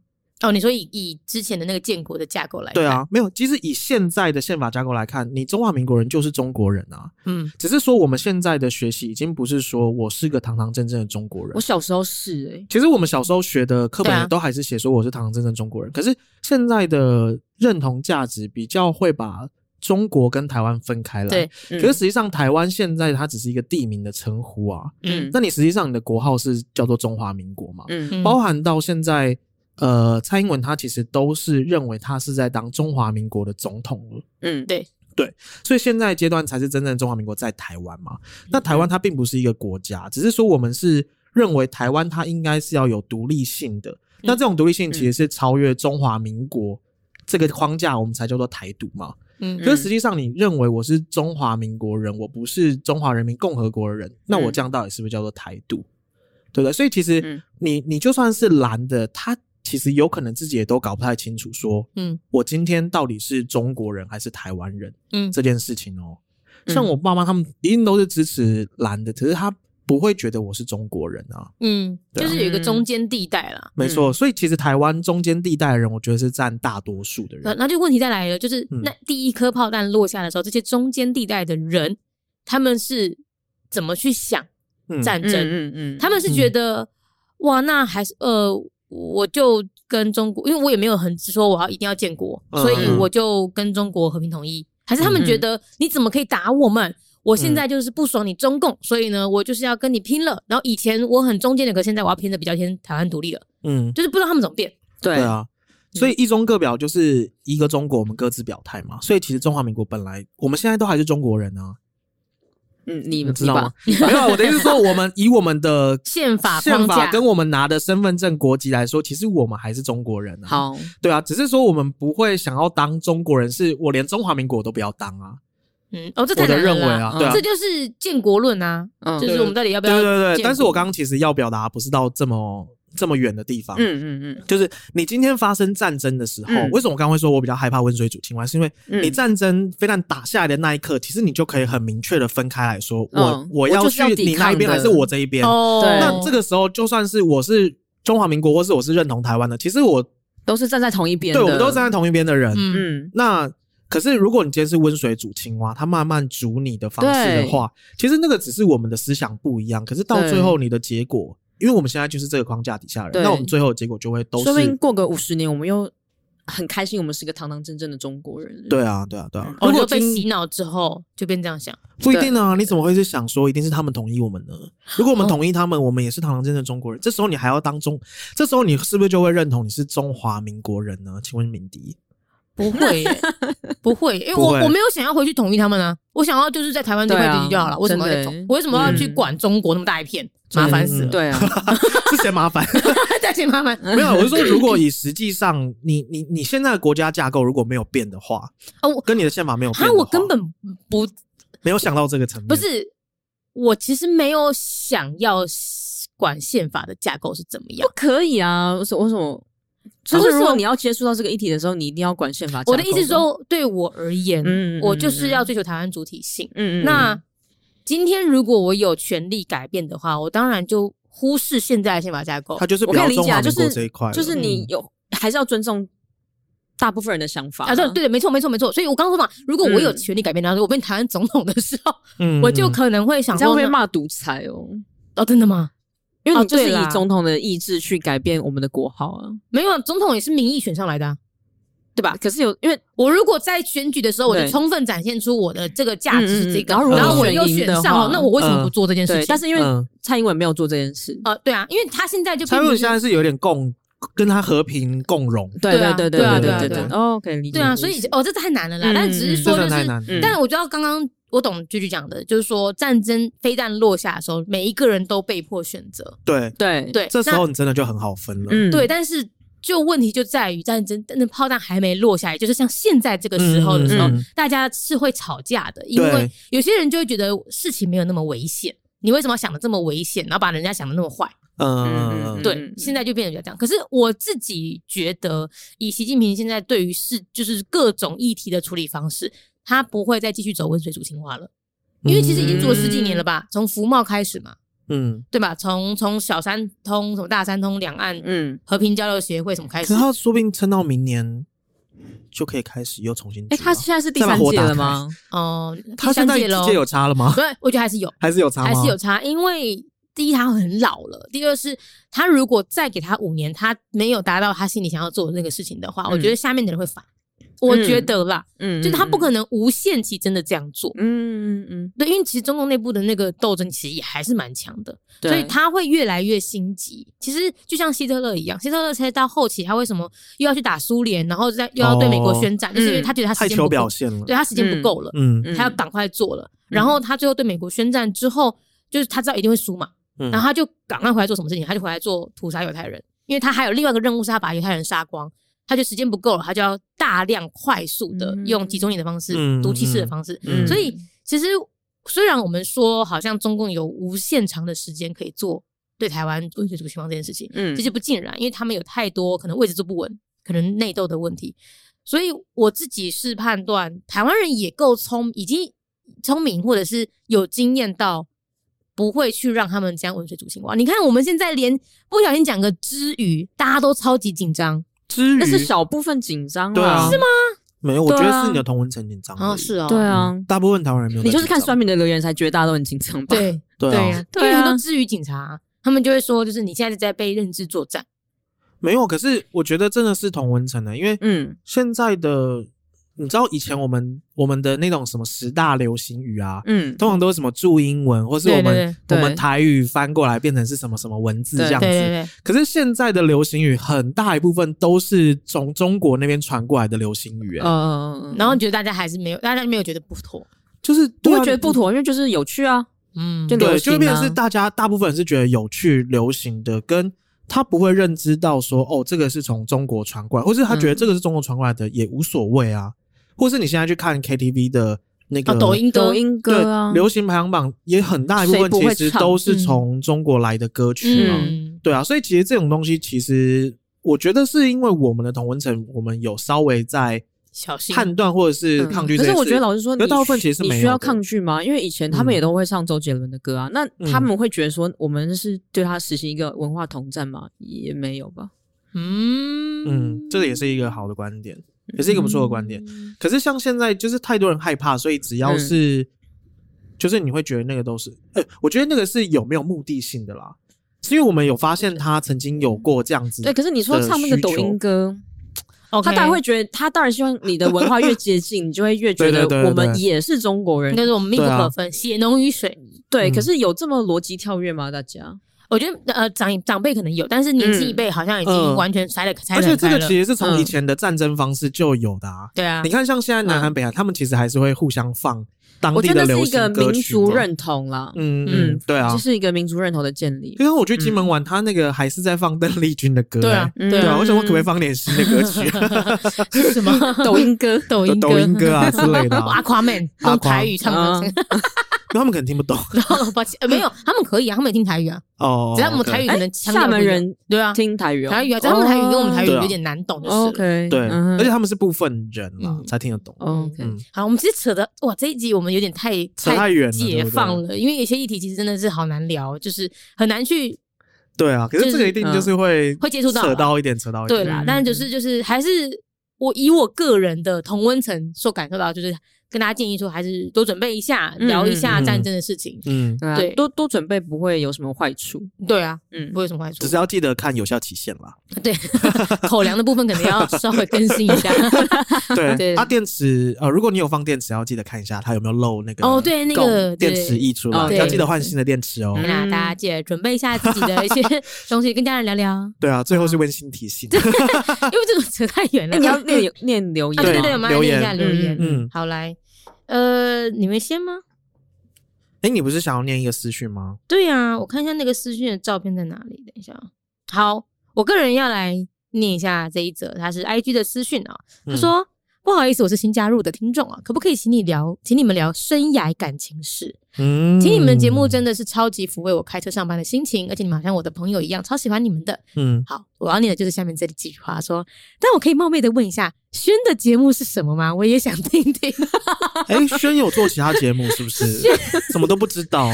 Speaker 1: 哦，你说以以之前的那个建国的架构来，
Speaker 3: 对，啊，没有。其实以现在的宪法架构来看，你中华民国人就是中国人啊，
Speaker 1: 嗯，
Speaker 3: 只是说我们现在的学习已经不是说我是个堂堂正正的中国人
Speaker 2: 我。小时候是哎、
Speaker 3: 其实我们小时候学的课
Speaker 1: 对
Speaker 3: 本
Speaker 1: 啊
Speaker 3: 也都还是写说我是堂堂正正中国人，可是现在的认同价值比较会把中国跟台湾分开来。
Speaker 1: 对，
Speaker 2: 嗯
Speaker 3: 可是实际上台湾现在它只是一个地名的称呼啊。
Speaker 1: 嗯
Speaker 3: 那你实际上你的国号是叫做中华民国嘛？
Speaker 2: 嗯，
Speaker 1: 嗯
Speaker 3: 包含到现在，呃，蔡英文他其实都是认为他是在当中华民国的总统了。
Speaker 2: 嗯，
Speaker 1: 对，
Speaker 3: 所以现在阶段才是真正的中华民国在台湾嘛。
Speaker 1: 嗯
Speaker 3: 那台湾它并不是一个国家，只是说我们是认为台湾它应该是要有独立性的。
Speaker 1: 嗯
Speaker 3: 那这种独立性其实是超越中华民国这个框架，我们才叫做台独嘛。
Speaker 1: 嗯
Speaker 3: 可是实际上，你认为我是中华民国人，我不是中华人民共和国的人，
Speaker 1: 嗯
Speaker 3: 那我这样到底是不是叫做台独？对不对？所以其实
Speaker 2: 嗯
Speaker 3: 你你就算是蓝的，他其实有可能自己也都搞不太清楚说
Speaker 1: 嗯
Speaker 3: 我今天到底是中国人还是台湾人。
Speaker 1: 嗯
Speaker 3: 这件事情哦。
Speaker 2: 嗯
Speaker 3: 像我爸妈他们一定都是支持蓝的，可是他不会觉得我是中国人啊。
Speaker 1: 嗯，
Speaker 3: 对啊
Speaker 1: 就是有一个中间地带啦。
Speaker 3: 没错，所以其实台湾中间地带的人，我觉得是占大多数的
Speaker 1: 那
Speaker 3: 人。
Speaker 1: 那就问题再来了，就是
Speaker 3: 嗯
Speaker 1: 那第一颗炮弹落下的时候，这些中间地带的人，他们是怎么去想
Speaker 3: 嗯，
Speaker 1: 战
Speaker 2: 嗯
Speaker 1: 争？
Speaker 2: 嗯嗯，
Speaker 1: 他们是觉得、哇，那还是呃，我就跟中国，因为我也没有很直说我要一定要建国，
Speaker 3: 嗯
Speaker 1: 所以
Speaker 3: 嗯
Speaker 1: 我就跟中国和平统一，还是他们
Speaker 2: 嗯
Speaker 1: 觉得你怎么可以打我们？我现
Speaker 3: 嗯
Speaker 1: 在就是不爽你中共，所以呢，我就是要跟你拼了。然后以前我很中间的，可现在我要拼的比较偏台湾独立了，
Speaker 3: 嗯，
Speaker 1: 就是不知道他们怎么变。
Speaker 2: 对
Speaker 3: 对，啊。所以一中各表就是一个中国，我们各自表态嘛。所以其实中华民国本来我们现在都还是中国人啊，
Speaker 2: 嗯，你
Speaker 3: 你
Speaker 2: 们
Speaker 3: 知道吗？？ 没有啊，我的意思是说，我们以我们的
Speaker 1: 宪法
Speaker 3: 宪
Speaker 1: 框
Speaker 3: 法
Speaker 1: 架
Speaker 3: 跟我们拿的身份证、国籍来说，其实我们还是中国人啊。
Speaker 2: 好，
Speaker 3: 对啊，只是说我们不会想要当中国人，是我连中华民国都不要当啊，
Speaker 1: 嗯，哦，这
Speaker 3: 我
Speaker 1: 太
Speaker 3: 的
Speaker 1: 难
Speaker 3: 认
Speaker 1: 了
Speaker 3: 为
Speaker 1: 啦。
Speaker 3: 啊，
Speaker 2: 嗯
Speaker 3: 对啊
Speaker 1: 这，就是建国论啊，
Speaker 2: 嗯，
Speaker 1: 就是我们到底要不
Speaker 3: 对
Speaker 1: 要？
Speaker 3: 对对。但是我刚刚其实要表达不是到这么这么远的地方，
Speaker 2: 嗯嗯
Speaker 3: 就是你今天发生战争的时候，
Speaker 2: 嗯
Speaker 3: 为什么我刚刚会说我比较害怕温水煮青蛙，是因为
Speaker 2: 嗯，
Speaker 3: 你战争非但打下来的那一刻，其实你就可以很明确的分开来说，
Speaker 2: 嗯
Speaker 3: 我我要
Speaker 2: 我就是
Speaker 3: 去
Speaker 2: 要抵
Speaker 3: 你那一边
Speaker 2: 抗
Speaker 3: 还
Speaker 2: 的
Speaker 3: 是我这一边。
Speaker 1: 哦，
Speaker 2: 对
Speaker 3: 那这个时候，就算是我是中华民国，或是我是认同台湾的，其实我
Speaker 2: 都是站在同一边
Speaker 3: 对
Speaker 2: 的，
Speaker 3: 我们都站在同一边的人，
Speaker 1: 嗯
Speaker 2: 嗯，
Speaker 3: 那可是，如果你今天是温水煮青蛙，它慢慢煮你的方式的话，其实那个只是我们的思想不一样。可是到最后，你的结果，因为我们现在就是这个框架底下的人，
Speaker 2: 对
Speaker 3: 那我们最后的结果就会都
Speaker 2: 说不定
Speaker 3: 是
Speaker 2: 过个五十年，我们又很开心，我们是个堂堂正正的中国人。
Speaker 3: 对啊，对啊，对啊。
Speaker 1: 哦，
Speaker 3: 如
Speaker 1: 你说
Speaker 3: 果
Speaker 1: 被
Speaker 3: 今
Speaker 1: 洗脑之后就变这样想，
Speaker 3: 不一定啊，你怎么会是想说一定是他们统一我们呢？如果我们统一他们，我们也是堂堂正正中国人。这时候你还要当中， 这时候你是不是就会认同你是中华民国人呢？请问敏迪，
Speaker 1: 不会耶，不会，因为
Speaker 3: 不
Speaker 1: 我
Speaker 3: 会
Speaker 1: 我没有想要回去统一他们啊，我想要就是在台湾这块
Speaker 2: 对啊
Speaker 1: 地区就好了，为什么要
Speaker 2: 真的
Speaker 1: 统？我为什么要去
Speaker 2: 嗯
Speaker 1: 管中国那么大一片？麻烦死了，
Speaker 2: 对啊，
Speaker 3: 是嫌麻烦？
Speaker 1: 再见麻烦。
Speaker 3: 嗯 没有，啊我是说，如果以实际上你你你现在的国家架构如果没有变的话，
Speaker 1: 哦我
Speaker 3: 跟你的宪法没有变
Speaker 1: 哈，
Speaker 3: 的话，
Speaker 1: 我根本不
Speaker 3: 没有想到这个层面。
Speaker 1: 不，是，我其实没有想要管宪法的架构是怎么样
Speaker 2: 不。可以啊！为什为什么？就
Speaker 1: 为
Speaker 2: 是
Speaker 1: 什么
Speaker 2: 如果你要接触到这个议题的时候，你一定要管宪法。
Speaker 1: 我的意思是，说，对我而言，
Speaker 2: 嗯嗯
Speaker 1: 我就是
Speaker 2: 嗯
Speaker 1: 要追求台湾主体性。
Speaker 2: 嗯嗯，
Speaker 1: 那今天如果我有权利改变的话，我当然就忽视现在的宪法架构
Speaker 3: 他。就是
Speaker 2: 我
Speaker 3: 比
Speaker 2: 可
Speaker 3: 较
Speaker 2: 以理
Speaker 3: 中
Speaker 2: 解
Speaker 3: 华
Speaker 2: 啊，就
Speaker 3: 民国
Speaker 2: 是
Speaker 3: 这一块了，
Speaker 2: 就是你
Speaker 1: 嗯
Speaker 2: 有还是要尊重大部分人的想法
Speaker 1: 啊，对对，没错没错没错，所以我刚刚说嘛，如果我有
Speaker 2: 嗯
Speaker 1: 权利改变，然后我变台湾总统的时候，
Speaker 3: 嗯
Speaker 1: 我就可能会想
Speaker 2: 你在
Speaker 1: 说
Speaker 2: 会被
Speaker 1: 呢，
Speaker 2: 骂独裁哦，
Speaker 1: 哦，真的吗？
Speaker 2: 因为
Speaker 1: 哦
Speaker 2: 你就是
Speaker 1: 对啦
Speaker 2: 以总统的意志去改变我们的国号啊，
Speaker 1: 没有，总统也是民意选上来的啊、对吧？
Speaker 2: 可是有因为
Speaker 1: 我如果在选举的时候，我就
Speaker 2: 对
Speaker 1: 充分展现出我的这个价值是这个，
Speaker 2: 嗯嗯嗯然后如果
Speaker 1: 我
Speaker 2: 选
Speaker 1: 又
Speaker 2: 赢
Speaker 1: 选
Speaker 2: 的
Speaker 1: 上
Speaker 2: 话嗯
Speaker 1: 了，那我为什么不做这件事
Speaker 2: 对
Speaker 1: 情，？
Speaker 2: 但是因为
Speaker 3: 嗯
Speaker 2: 蔡英文没有做这件事，
Speaker 1: 呃，对啊，因为他现在就
Speaker 3: 蔡
Speaker 1: 并
Speaker 3: 英
Speaker 1: 不
Speaker 3: 文
Speaker 1: 是
Speaker 3: 现在是有点共跟他和平共荣，
Speaker 2: 对
Speaker 1: 对啊
Speaker 2: 对
Speaker 1: 对啊
Speaker 2: 对
Speaker 3: 对啊
Speaker 2: 对
Speaker 3: 对啊
Speaker 2: 哦，可以理解。
Speaker 1: 对啊，
Speaker 2: 理解
Speaker 1: 所以哦，这太难了啦。
Speaker 2: 嗯
Speaker 1: 但只是
Speaker 3: 这
Speaker 1: 说就
Speaker 3: 真的太
Speaker 1: 是，
Speaker 3: 难了。
Speaker 2: 嗯
Speaker 1: 但是我知道刚刚我懂句句讲的，就是说战争飞弹落下的时候，每一个人都被迫选择。
Speaker 3: 对，
Speaker 2: 对，
Speaker 1: 对，
Speaker 3: 这时
Speaker 1: 那
Speaker 3: 候你真的就很好分了。
Speaker 2: 嗯
Speaker 1: 对，但是就问题就在于战争，那炮弹还没落下来，就是像现在这个时候的时候，
Speaker 3: 嗯嗯嗯
Speaker 1: 大家是会吵架的，因为
Speaker 3: 对
Speaker 1: 有些人就会觉得事情没有那么危险，你为什么要想的这么危险，然后把人家想的那么坏？
Speaker 3: 嗯
Speaker 2: 嗯
Speaker 1: 对，
Speaker 2: 嗯
Speaker 1: 现在就变得比较这样。可是我自己觉得，以习近平现在对于事就是各种议题的处理方式，他不会再继续走温水煮青蛙了，因为其实已经做了十几年了吧，从服贸开始嘛，
Speaker 3: 嗯，
Speaker 1: 对吧？从从小三通、什么大三通、两岸
Speaker 2: 嗯，
Speaker 1: 和平交流协会什么开
Speaker 3: 可
Speaker 1: 始
Speaker 3: 是，他说不定撑到明年就可以开始又重新
Speaker 2: 哎，
Speaker 3: 煮了。
Speaker 2: 他现在是第三届了吗？
Speaker 1: 哦、
Speaker 3: 他
Speaker 1: 第
Speaker 3: 现
Speaker 1: 三
Speaker 3: 在
Speaker 1: 届
Speaker 3: 直
Speaker 1: 喽
Speaker 3: 接，有差了吗？
Speaker 1: 所以我觉得还是有，
Speaker 3: 还是有差吗？
Speaker 1: 还是有差，因为。第一，他很老了；第二是，他如果再给他五年，他没有达到他心里想要做的那个事情的话，我
Speaker 2: 嗯
Speaker 1: 觉得下面的人会烦。我觉
Speaker 2: 嗯
Speaker 1: 得啦，
Speaker 2: 嗯，
Speaker 1: 就是他不
Speaker 2: 能，
Speaker 1: 可能无限期真的这样做。
Speaker 2: 嗯嗯嗯，
Speaker 1: 对，因为其实中共内部的那个斗争其实也还是蛮强的，
Speaker 2: 对
Speaker 1: 所以他会越来越心急。其实就像希特勒一样，希特勒才到后期他为什么又要去打苏联，然后再又要对美国宣战，就是因为他觉得他时
Speaker 3: 哦嗯太
Speaker 1: 间不
Speaker 3: 求
Speaker 1: 够
Speaker 3: 表，现了。
Speaker 1: 对他时间不够了，
Speaker 3: 嗯
Speaker 2: 嗯
Speaker 1: 他要赶快做了。然后他最后对美国宣战之后，就是他知道一定会输嘛，
Speaker 3: 嗯
Speaker 1: 然后他就赶快回来做什么事情，他就回来做屠杀犹太人，因为他还有另外一个任务是他把犹太人杀光，他就时间不够了，他就要大量快速的
Speaker 2: 嗯
Speaker 1: 用集中营的方式、
Speaker 3: 嗯
Speaker 1: 毒气式的方式。
Speaker 3: 嗯
Speaker 1: 所以其实虽然我们说好像中共有无限长的时间可以做对台湾温水煮青蛙这件事情，
Speaker 2: 嗯
Speaker 1: 其实不尽然，因为他们有太多可能位置坐不稳，可能内斗的问题。所以我自己是判断，台湾人也够聪，已经聪明或者是有经验到不会去让他们这样温水煮青蛙。你看我们现在连不小心讲个之语，大家都超级紧张
Speaker 3: 嗯至于
Speaker 2: 那是少部分紧张啦
Speaker 3: 对啊，吗？没有，我觉
Speaker 2: 对
Speaker 3: 得
Speaker 2: 啊
Speaker 3: 是你的同文层紧张而已。嗯
Speaker 1: 啊，是哦，
Speaker 2: 对啊，
Speaker 3: 大部分台湾人没有
Speaker 2: 你
Speaker 3: 在紧张。
Speaker 2: 就是看酸民的留言才觉得大家都很紧张吧？，
Speaker 1: 对
Speaker 3: 对
Speaker 1: 对
Speaker 3: 啊
Speaker 1: 呀，，因
Speaker 2: 对啊
Speaker 1: 为很多之语警察啊他们就会说，就是你现在是在被认知作战。
Speaker 3: 没有。可是我觉得真的是同文层欸的，因为
Speaker 2: 嗯
Speaker 3: 现在的你知道以前我们我们的那种什么十大流行语啊，
Speaker 2: 嗯，
Speaker 3: 通常都是什么注英文，或是我们
Speaker 1: 对对
Speaker 2: 对
Speaker 3: 我们台语翻过来变成是什么什么文字这样
Speaker 1: 对对
Speaker 3: 子。
Speaker 1: 对，
Speaker 3: 可是现在的流行语很大一部分都是从中国那边传过来的流行语、欸，
Speaker 2: 呃，
Speaker 1: 然后觉得大家还是没有，大家没有觉得不妥，
Speaker 3: 就是
Speaker 2: 不
Speaker 3: 对啊
Speaker 2: 会觉得不妥，因为就是有趣啊，
Speaker 1: 嗯，
Speaker 2: 就流
Speaker 3: 对，
Speaker 2: 行
Speaker 3: 就
Speaker 2: 啊
Speaker 3: 会变成是大家大部分人是觉得有趣、流行的，跟他不会认知到说哦，这个是从中国传过来，或是他觉得
Speaker 2: 嗯
Speaker 3: 这个是中国传过来的、也无所谓啊，或是你现在去看 KTV 的那个、
Speaker 1: 哦，抖。音歌
Speaker 2: 抖音
Speaker 3: 对
Speaker 2: 歌啊，，
Speaker 3: 流行排行榜也很大一部
Speaker 2: 谁
Speaker 3: 分
Speaker 2: 不
Speaker 3: 其
Speaker 2: 会
Speaker 3: 实
Speaker 2: 唱
Speaker 3: 都是
Speaker 1: 嗯
Speaker 3: 从中国来的歌曲啊，
Speaker 1: 嗯，
Speaker 3: 对啊，所以其实这种东西，其实我觉得是因为我们的同文层，我们有稍微在
Speaker 1: 小心
Speaker 3: 判断或者是
Speaker 2: 嗯
Speaker 3: 抗拒这
Speaker 2: 可
Speaker 3: 件事。
Speaker 2: 是我觉得老实说，
Speaker 3: 可
Speaker 2: 你
Speaker 3: 是大部分其实是
Speaker 2: 你
Speaker 3: 没
Speaker 2: 需
Speaker 3: 有
Speaker 2: 要
Speaker 3: 的嗯
Speaker 2: 抗拒吗？因为以前他们也都会唱周杰伦的歌啊，那他们会觉得说我们是对他实行一个文化统战吗？也没有吧。
Speaker 1: 嗯
Speaker 3: 嗯，这个也是一个好的观点，也是一个不错的观点。
Speaker 1: 嗯
Speaker 3: 可是像现在就是太多人害怕，所以只
Speaker 2: 嗯
Speaker 3: 要是、就是你会觉得那个都是，呃，我觉得那个是有没有目的性的啦。是因为我们有发现他曾经有过这样子，
Speaker 2: 对，可是你说
Speaker 3: 的
Speaker 2: 唱那个
Speaker 3: 需
Speaker 2: 抖
Speaker 3: 求
Speaker 2: 音歌，
Speaker 1: ，OK，
Speaker 2: 他当然会觉得，他当然希望你的文化越接近，你就会越觉得
Speaker 3: 对对对对
Speaker 2: 我们也是中国人
Speaker 1: 应。该是我们密不
Speaker 3: 对啊
Speaker 1: 可分，血浓于水。
Speaker 2: 对，
Speaker 3: 嗯
Speaker 2: 可是有这么逻辑跳跃吗？大家？
Speaker 1: 我觉得呃，长长辈可能有，但是年轻一辈好像已经
Speaker 3: 嗯
Speaker 1: 完全拆了，拆
Speaker 3: 而
Speaker 1: 得
Speaker 3: 且
Speaker 1: 很
Speaker 3: 这
Speaker 1: 开
Speaker 3: 个
Speaker 1: 了。
Speaker 3: 其实是从
Speaker 2: 嗯
Speaker 3: 以前的战争方式就有的啊。
Speaker 1: 对啊
Speaker 3: 你，看，像现在南韩北韩，他们其实还是会互相放当
Speaker 2: 嗯我
Speaker 3: 地
Speaker 2: 觉
Speaker 3: 的
Speaker 2: 得那
Speaker 3: 流
Speaker 2: 是一个
Speaker 3: 行歌
Speaker 2: 民
Speaker 3: 曲
Speaker 2: 族
Speaker 3: 嘛
Speaker 2: 认同啦，
Speaker 3: 嗯
Speaker 2: 嗯
Speaker 3: 嗯，对啊
Speaker 2: 这。是一个民族认同的建立
Speaker 3: 因。为我去金门玩，他那个还是在放邓丽君的
Speaker 1: 嗯
Speaker 3: 歌、
Speaker 1: 对啊
Speaker 3: 欸，
Speaker 2: 嗯
Speaker 1: 对
Speaker 3: 对
Speaker 1: 啊
Speaker 3: 啊，我想我可不可以放点新的 歌曲，
Speaker 1: 是什么
Speaker 2: 抖音歌，
Speaker 1: 抖音
Speaker 3: 抖音歌啊之类的、
Speaker 1: 阿
Speaker 3: 啊，
Speaker 1: 夸 man 用台语唱
Speaker 2: 啊
Speaker 1: 的，
Speaker 3: 因为他们可能听不懂
Speaker 1: 然后抱歉，呃没有，他们可以啊，他们也听台语啊，
Speaker 3: 哦。
Speaker 1: 只要我们台语可能
Speaker 2: 哎
Speaker 1: 腔调
Speaker 2: 厦门
Speaker 1: 不一样
Speaker 2: 人
Speaker 1: 对啊，
Speaker 2: 听台语哦，
Speaker 1: 台语啊，但他们台语跟我们台语
Speaker 3: 对啊
Speaker 1: 有点难懂，就是了。
Speaker 2: OK，
Speaker 3: 对，
Speaker 2: 嗯哼哦
Speaker 3: 而且他们是部分人啦
Speaker 1: 嗯，
Speaker 3: 才听得懂。
Speaker 2: OK，
Speaker 3: 嗯
Speaker 1: 好，我们其实扯的哇，这一集我们有点太
Speaker 3: 扯太远了
Speaker 1: 解放了，因为有些议题其实真的是好难聊，就是很难去嗯
Speaker 3: 对啊，可是这个一定就是会
Speaker 1: 会接触到啊
Speaker 3: 扯到一点，扯到一点。
Speaker 1: 对啦，
Speaker 2: 嗯
Speaker 1: 但是就是就是还是我以我个人的同温层所感受到，就是跟大家建议说，还是多准备一下，
Speaker 2: 嗯
Speaker 1: 聊一下
Speaker 3: 嗯嗯
Speaker 1: 战争的事情。
Speaker 3: 嗯，
Speaker 2: 对啊
Speaker 1: 对
Speaker 2: 多多准备不会有什么坏处。
Speaker 1: 对啊，
Speaker 2: 嗯
Speaker 1: 不，会有什么坏处
Speaker 3: 只。是要记得看有效期限啦。
Speaker 1: 对，口粮的部分可能要稍微更新一下。对
Speaker 3: 对，啊，电池呃，如果你有放电池，要记得看一下它有没有漏那 个
Speaker 1: 哦，对，那个
Speaker 3: 电池
Speaker 1: 一。
Speaker 3: 溢出啊，
Speaker 2: 哦
Speaker 3: 要记得换新的电池哦。
Speaker 2: 嗯
Speaker 1: 那大家记得准备一下自己的一些东西，跟家人聊聊，
Speaker 3: 对啊，最后
Speaker 1: 嗯
Speaker 3: 是温馨 提醒。
Speaker 1: 因为这个扯太远了。
Speaker 2: 哎，你要念念留
Speaker 1: 啊，
Speaker 2: 言吗，
Speaker 1: 对对对，我们来
Speaker 3: 留
Speaker 1: 念一
Speaker 3: 言
Speaker 1: 下留言。
Speaker 2: 嗯
Speaker 3: 嗯，
Speaker 1: 好，来，呃，你们先吗？
Speaker 3: 哎，你不是想要念一个私讯吗？
Speaker 1: 对呀、我看一下那个私讯的照片在哪里。等一下啊，好，我个人要来念一下这一则，他是 IG 的私讯啊、他
Speaker 3: 嗯
Speaker 1: 说：“不好意思，我是新加入的听众啊，可不可以请你聊，请你们聊生涯感情事？
Speaker 3: 嗯，
Speaker 1: 听你们的节目真的是超级抚慰我开车上班的心情，而且你们好像我的朋友一样，超喜欢你们的。
Speaker 3: 嗯，
Speaker 1: 好，我要念的就是下面这几句话，说，但我可以冒昧的问一下，轩的节目是什么吗？我也想听听。
Speaker 3: 哎，轩有做其他节目是不是？什么都不知道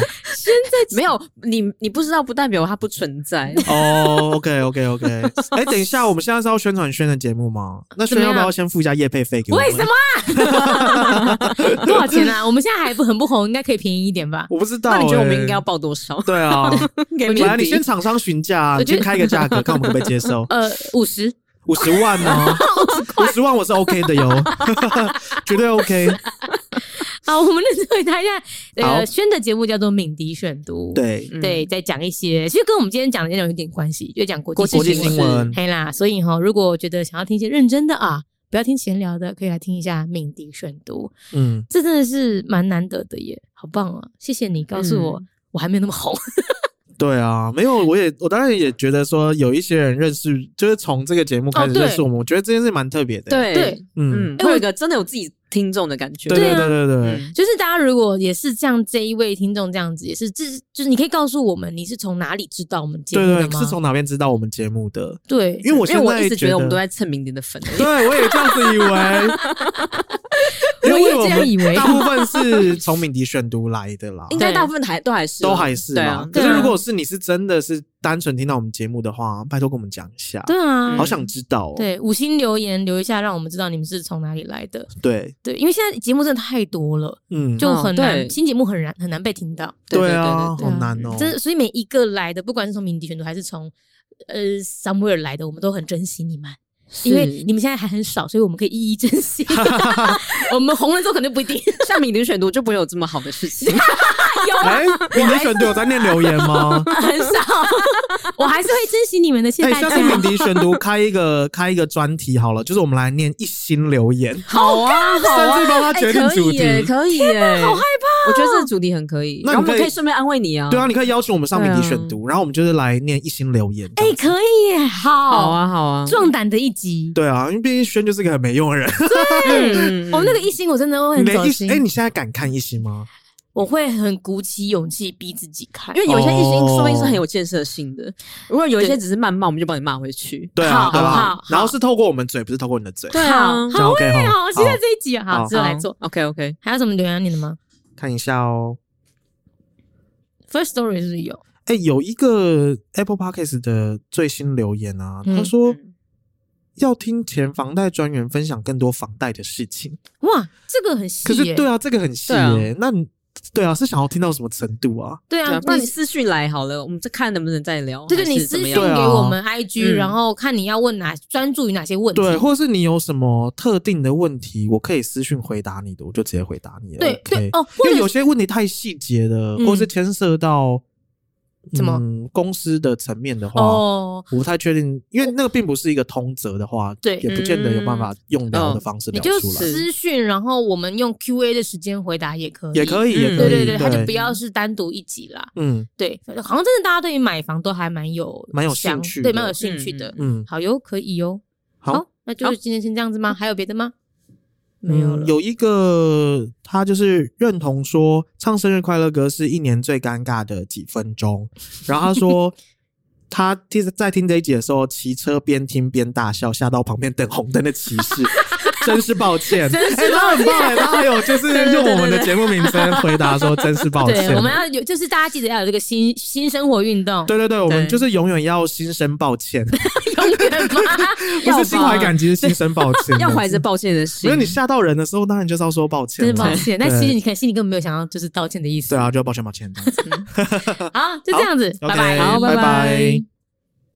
Speaker 2: 没有你你不知道，不代表它不存在。
Speaker 3: 哦。OK OK OK，哎，等一下，我们现在是要宣传轩的节目吗？那
Speaker 1: 怎
Speaker 3: 轩
Speaker 1: 么
Speaker 3: 要
Speaker 1: 样
Speaker 3: 不要先付一下业配费给我？
Speaker 1: 为什么？多少钱啊？我们现在还不很不红，应该可以便宜一点吧？
Speaker 3: 我不知道。
Speaker 2: 那你觉得我们
Speaker 3: 哎
Speaker 2: 应该要报多少？
Speaker 3: 对啊，
Speaker 1: 我觉
Speaker 2: 给
Speaker 3: 本
Speaker 1: 得
Speaker 3: 来你
Speaker 2: 面
Speaker 3: 先
Speaker 2: 子
Speaker 3: 厂商询价啊，
Speaker 1: 我
Speaker 3: 你
Speaker 1: 觉得。
Speaker 3: 先开个价格，看我们可不可以接受
Speaker 1: 呃，五十，
Speaker 3: 五十万吗？五十万我是 OK 的哟， 绝对 OK。
Speaker 1: 好，我们认真回答一下，呃，
Speaker 3: 好
Speaker 1: 轩的节目叫做《敏迪选读》，嗯
Speaker 3: 对，
Speaker 1: 对，再讲一些，其实跟我们今天讲的内容有点关系，就讲国际
Speaker 3: 国际
Speaker 1: 新
Speaker 3: 新闻，
Speaker 1: 嘿啦，所以哈，如果觉得想要听一些认真的啊，不要听闲聊的，可以来听一下《敏迪选读》，
Speaker 3: 嗯，
Speaker 1: 这真的是蛮难得的耶，好棒啊！谢谢你告诉我，
Speaker 2: 嗯
Speaker 1: 我还没有那么红，
Speaker 3: 对啊，没有，我也我当然也觉得说有一些人认识，就是从这个节目开始
Speaker 1: 哦对
Speaker 3: 认识我们，我觉得这件事蛮特别的。，
Speaker 2: 对
Speaker 1: 对，
Speaker 3: 嗯，
Speaker 2: 嗯，会有一个真的有自己听众的感觉。
Speaker 3: 对
Speaker 1: 啊
Speaker 3: 对对对对，
Speaker 2: 嗯
Speaker 1: 就是大家如果也是像这一位听众这样子，也是就是就是你可以告诉我们你是从哪里知道我们节目
Speaker 3: 对
Speaker 1: 的
Speaker 3: 对
Speaker 1: 吗？
Speaker 3: 对，是从哪边知道我们节目的？
Speaker 1: 对
Speaker 3: 因为我
Speaker 2: 因为
Speaker 3: 现
Speaker 2: 我
Speaker 3: 在
Speaker 2: 一直觉
Speaker 3: 觉
Speaker 2: 得我们都在蹭明年的粉，
Speaker 3: 对，我也这样子以为，因为
Speaker 1: 我也这样以为
Speaker 3: 们大部分是从敏迪选读来的啦，
Speaker 2: 应该大部分还都还是啊
Speaker 3: 都还是
Speaker 2: 对
Speaker 3: 啦
Speaker 2: 啊。。
Speaker 3: 可
Speaker 1: 对
Speaker 3: 是
Speaker 1: 啊
Speaker 3: 如果是你是真的是单纯听到我们节目的话，拜托跟我们讲一下，
Speaker 1: 对啊，
Speaker 3: 好想知道哦。
Speaker 1: 对五星留言留一下，让我们知道你们是从哪里来的。
Speaker 3: 对，
Speaker 1: 对，因为现在节目真的太多了，
Speaker 3: 嗯，
Speaker 1: 就很难、
Speaker 2: 对
Speaker 1: 新节目很难很难被听到。
Speaker 3: 对啊，
Speaker 1: 对啊
Speaker 3: 好难哦。
Speaker 1: 真的，所以每一个来的，不管是从鸣笛选读还是从呃 somewhere 来的，我们都很珍惜你们，因为你们现在还很少，所以我们可以一一珍 惜。我们红了之后肯定不一定
Speaker 2: 像敏玲选读就不会有这么好的事情。
Speaker 3: 哎，敏迪选读有在念留言吗？
Speaker 1: 很少， 我还是会珍惜你们的，谢谢
Speaker 3: 哎，
Speaker 1: 大
Speaker 3: 下
Speaker 1: 家。
Speaker 3: 次敏迪选读开一个开一个专题好了，就是我们来念一星留言，
Speaker 2: 好啊，好啊，
Speaker 3: 甚至帮他决定主题
Speaker 2: 哎可以耶，可以耶，好害怕！我哦觉得这个主题很可以，
Speaker 3: 那
Speaker 2: 然
Speaker 3: 你
Speaker 2: 后我们
Speaker 3: 可以
Speaker 2: 可以顺便安慰你啊。
Speaker 3: 对啊，，你可以邀请我们上敏迪选读，然后我们就是来念一星留言。
Speaker 1: 嗯哎、可以耶，好，
Speaker 2: 好啊，好啊。
Speaker 1: 壮胆的一集。
Speaker 3: 对啊，因为毕竟轩就是个很没用的人。
Speaker 2: 嗯
Speaker 1: 哦，那个一星我真的会很
Speaker 3: 你连
Speaker 1: 走
Speaker 3: 一
Speaker 1: 心，
Speaker 3: 哎，你现在敢看一星吗？
Speaker 1: 我会很鼓起勇气逼自己看，
Speaker 2: 因为有一些异性
Speaker 3: 哦
Speaker 2: 说不定是很有建设性的，如果有一些只是谩骂，我们就帮你骂回去。
Speaker 3: 对啊，
Speaker 1: 好
Speaker 3: 对
Speaker 1: 好好
Speaker 3: 吧？然后是透过我们嘴，不是透过你的嘴。
Speaker 2: 对啊
Speaker 1: 好，
Speaker 3: 这样 OK
Speaker 1: 哎，
Speaker 3: 哈
Speaker 1: 好，期待这一集啊，好，
Speaker 3: 好
Speaker 1: 之后来做。
Speaker 2: OK OK，
Speaker 1: 还有什么留言要念的吗
Speaker 3: 看一下哦。
Speaker 1: ？First Story 是不是有？
Speaker 3: 哎、有一个 Apple Podcast 的最新留言啊，
Speaker 1: 嗯
Speaker 3: 他说要听前房贷专员分享更多房贷的事情。
Speaker 1: 哇，这个很细
Speaker 3: 可是
Speaker 1: 耶，
Speaker 3: 对啊，这个很细耶、
Speaker 2: 对啊
Speaker 3: 那你对啊，是想要听到什么程度啊？
Speaker 1: 对
Speaker 2: 对
Speaker 1: 啊
Speaker 2: 啊，，不然
Speaker 1: 你
Speaker 2: 你私讯来好了，我们再看能不能再聊。
Speaker 1: 对对，
Speaker 2: 还
Speaker 1: 你
Speaker 2: 是
Speaker 1: 私
Speaker 2: 怎么
Speaker 1: 信
Speaker 2: 样
Speaker 1: 给
Speaker 3: 对啊
Speaker 1: 我们 IG，
Speaker 2: 嗯
Speaker 1: 然后看你要问哪，专注于哪些问题。
Speaker 3: 对，或者是你有什么特定的问题，我可以私讯回答你的，我就直接回答你了。
Speaker 1: 对
Speaker 3: OK
Speaker 1: 对哦，或
Speaker 3: 因
Speaker 1: 者
Speaker 3: 为有些问题太细节了，
Speaker 1: 嗯
Speaker 3: 或是牵涉到
Speaker 1: 怎么
Speaker 3: 嗯、公司的层面的话。
Speaker 1: 哦，
Speaker 3: 我不太确定，因为那个并不是一个通则的话，
Speaker 1: 对
Speaker 3: 也不见得有办法用聊的
Speaker 2: 嗯
Speaker 3: 方式
Speaker 1: 你
Speaker 3: 聊
Speaker 1: 就
Speaker 3: 出来，
Speaker 1: 私讯，然后我们用 Q&A 的时间回答也可以，
Speaker 3: 也可以，也可以，
Speaker 2: 嗯
Speaker 1: 对对对，他就
Speaker 3: 对
Speaker 1: 不要是单独一集啦。
Speaker 3: 嗯
Speaker 1: 对，好像真的大家对于买房都还蛮有
Speaker 3: 蛮有
Speaker 1: 想
Speaker 3: 兴趣
Speaker 1: 对，
Speaker 3: 的
Speaker 1: 蛮有兴趣的。
Speaker 3: 嗯，
Speaker 1: 好哟，可以哟。
Speaker 3: 好，，
Speaker 1: 那就是今天先这样子吗？还有别的吗？没
Speaker 3: 嗯
Speaker 1: 有了。
Speaker 3: 有一个他就是认同说唱生日快乐歌是一年最尴尬的几分钟， 然后他说他 其实在听这一集的时候，骑车边听边大笑，吓到旁边等红灯的骑士。真是抱歉，
Speaker 1: 真是
Speaker 3: 哎他很棒哎，他还有
Speaker 2: 对
Speaker 3: 就是
Speaker 2: 对
Speaker 3: 用我
Speaker 2: 对
Speaker 3: 们的
Speaker 2: 对
Speaker 3: 节目名称回答说真是抱歉
Speaker 1: 对，，我们要有，就是大家记得要有这个新新生活运动，
Speaker 3: 对对对，我们
Speaker 2: 对
Speaker 3: 就是永远要心生 抱歉，
Speaker 1: 永远吧，
Speaker 3: 不是心怀感激，是心生抱歉，
Speaker 2: 要怀着抱歉的
Speaker 3: 没
Speaker 2: 心
Speaker 3: 有。你吓到人的时候，当然就是要说抱
Speaker 1: 真
Speaker 3: 歉
Speaker 1: 是抱
Speaker 3: 嘛。
Speaker 1: 歉。但其实你可能心里根本没有想要就是道歉的意思。
Speaker 3: 对啊，就抱歉抱歉。这样子
Speaker 1: 好，就这样子，
Speaker 3: OK，
Speaker 1: 拜拜，
Speaker 2: 好拜
Speaker 3: 拜
Speaker 2: 拜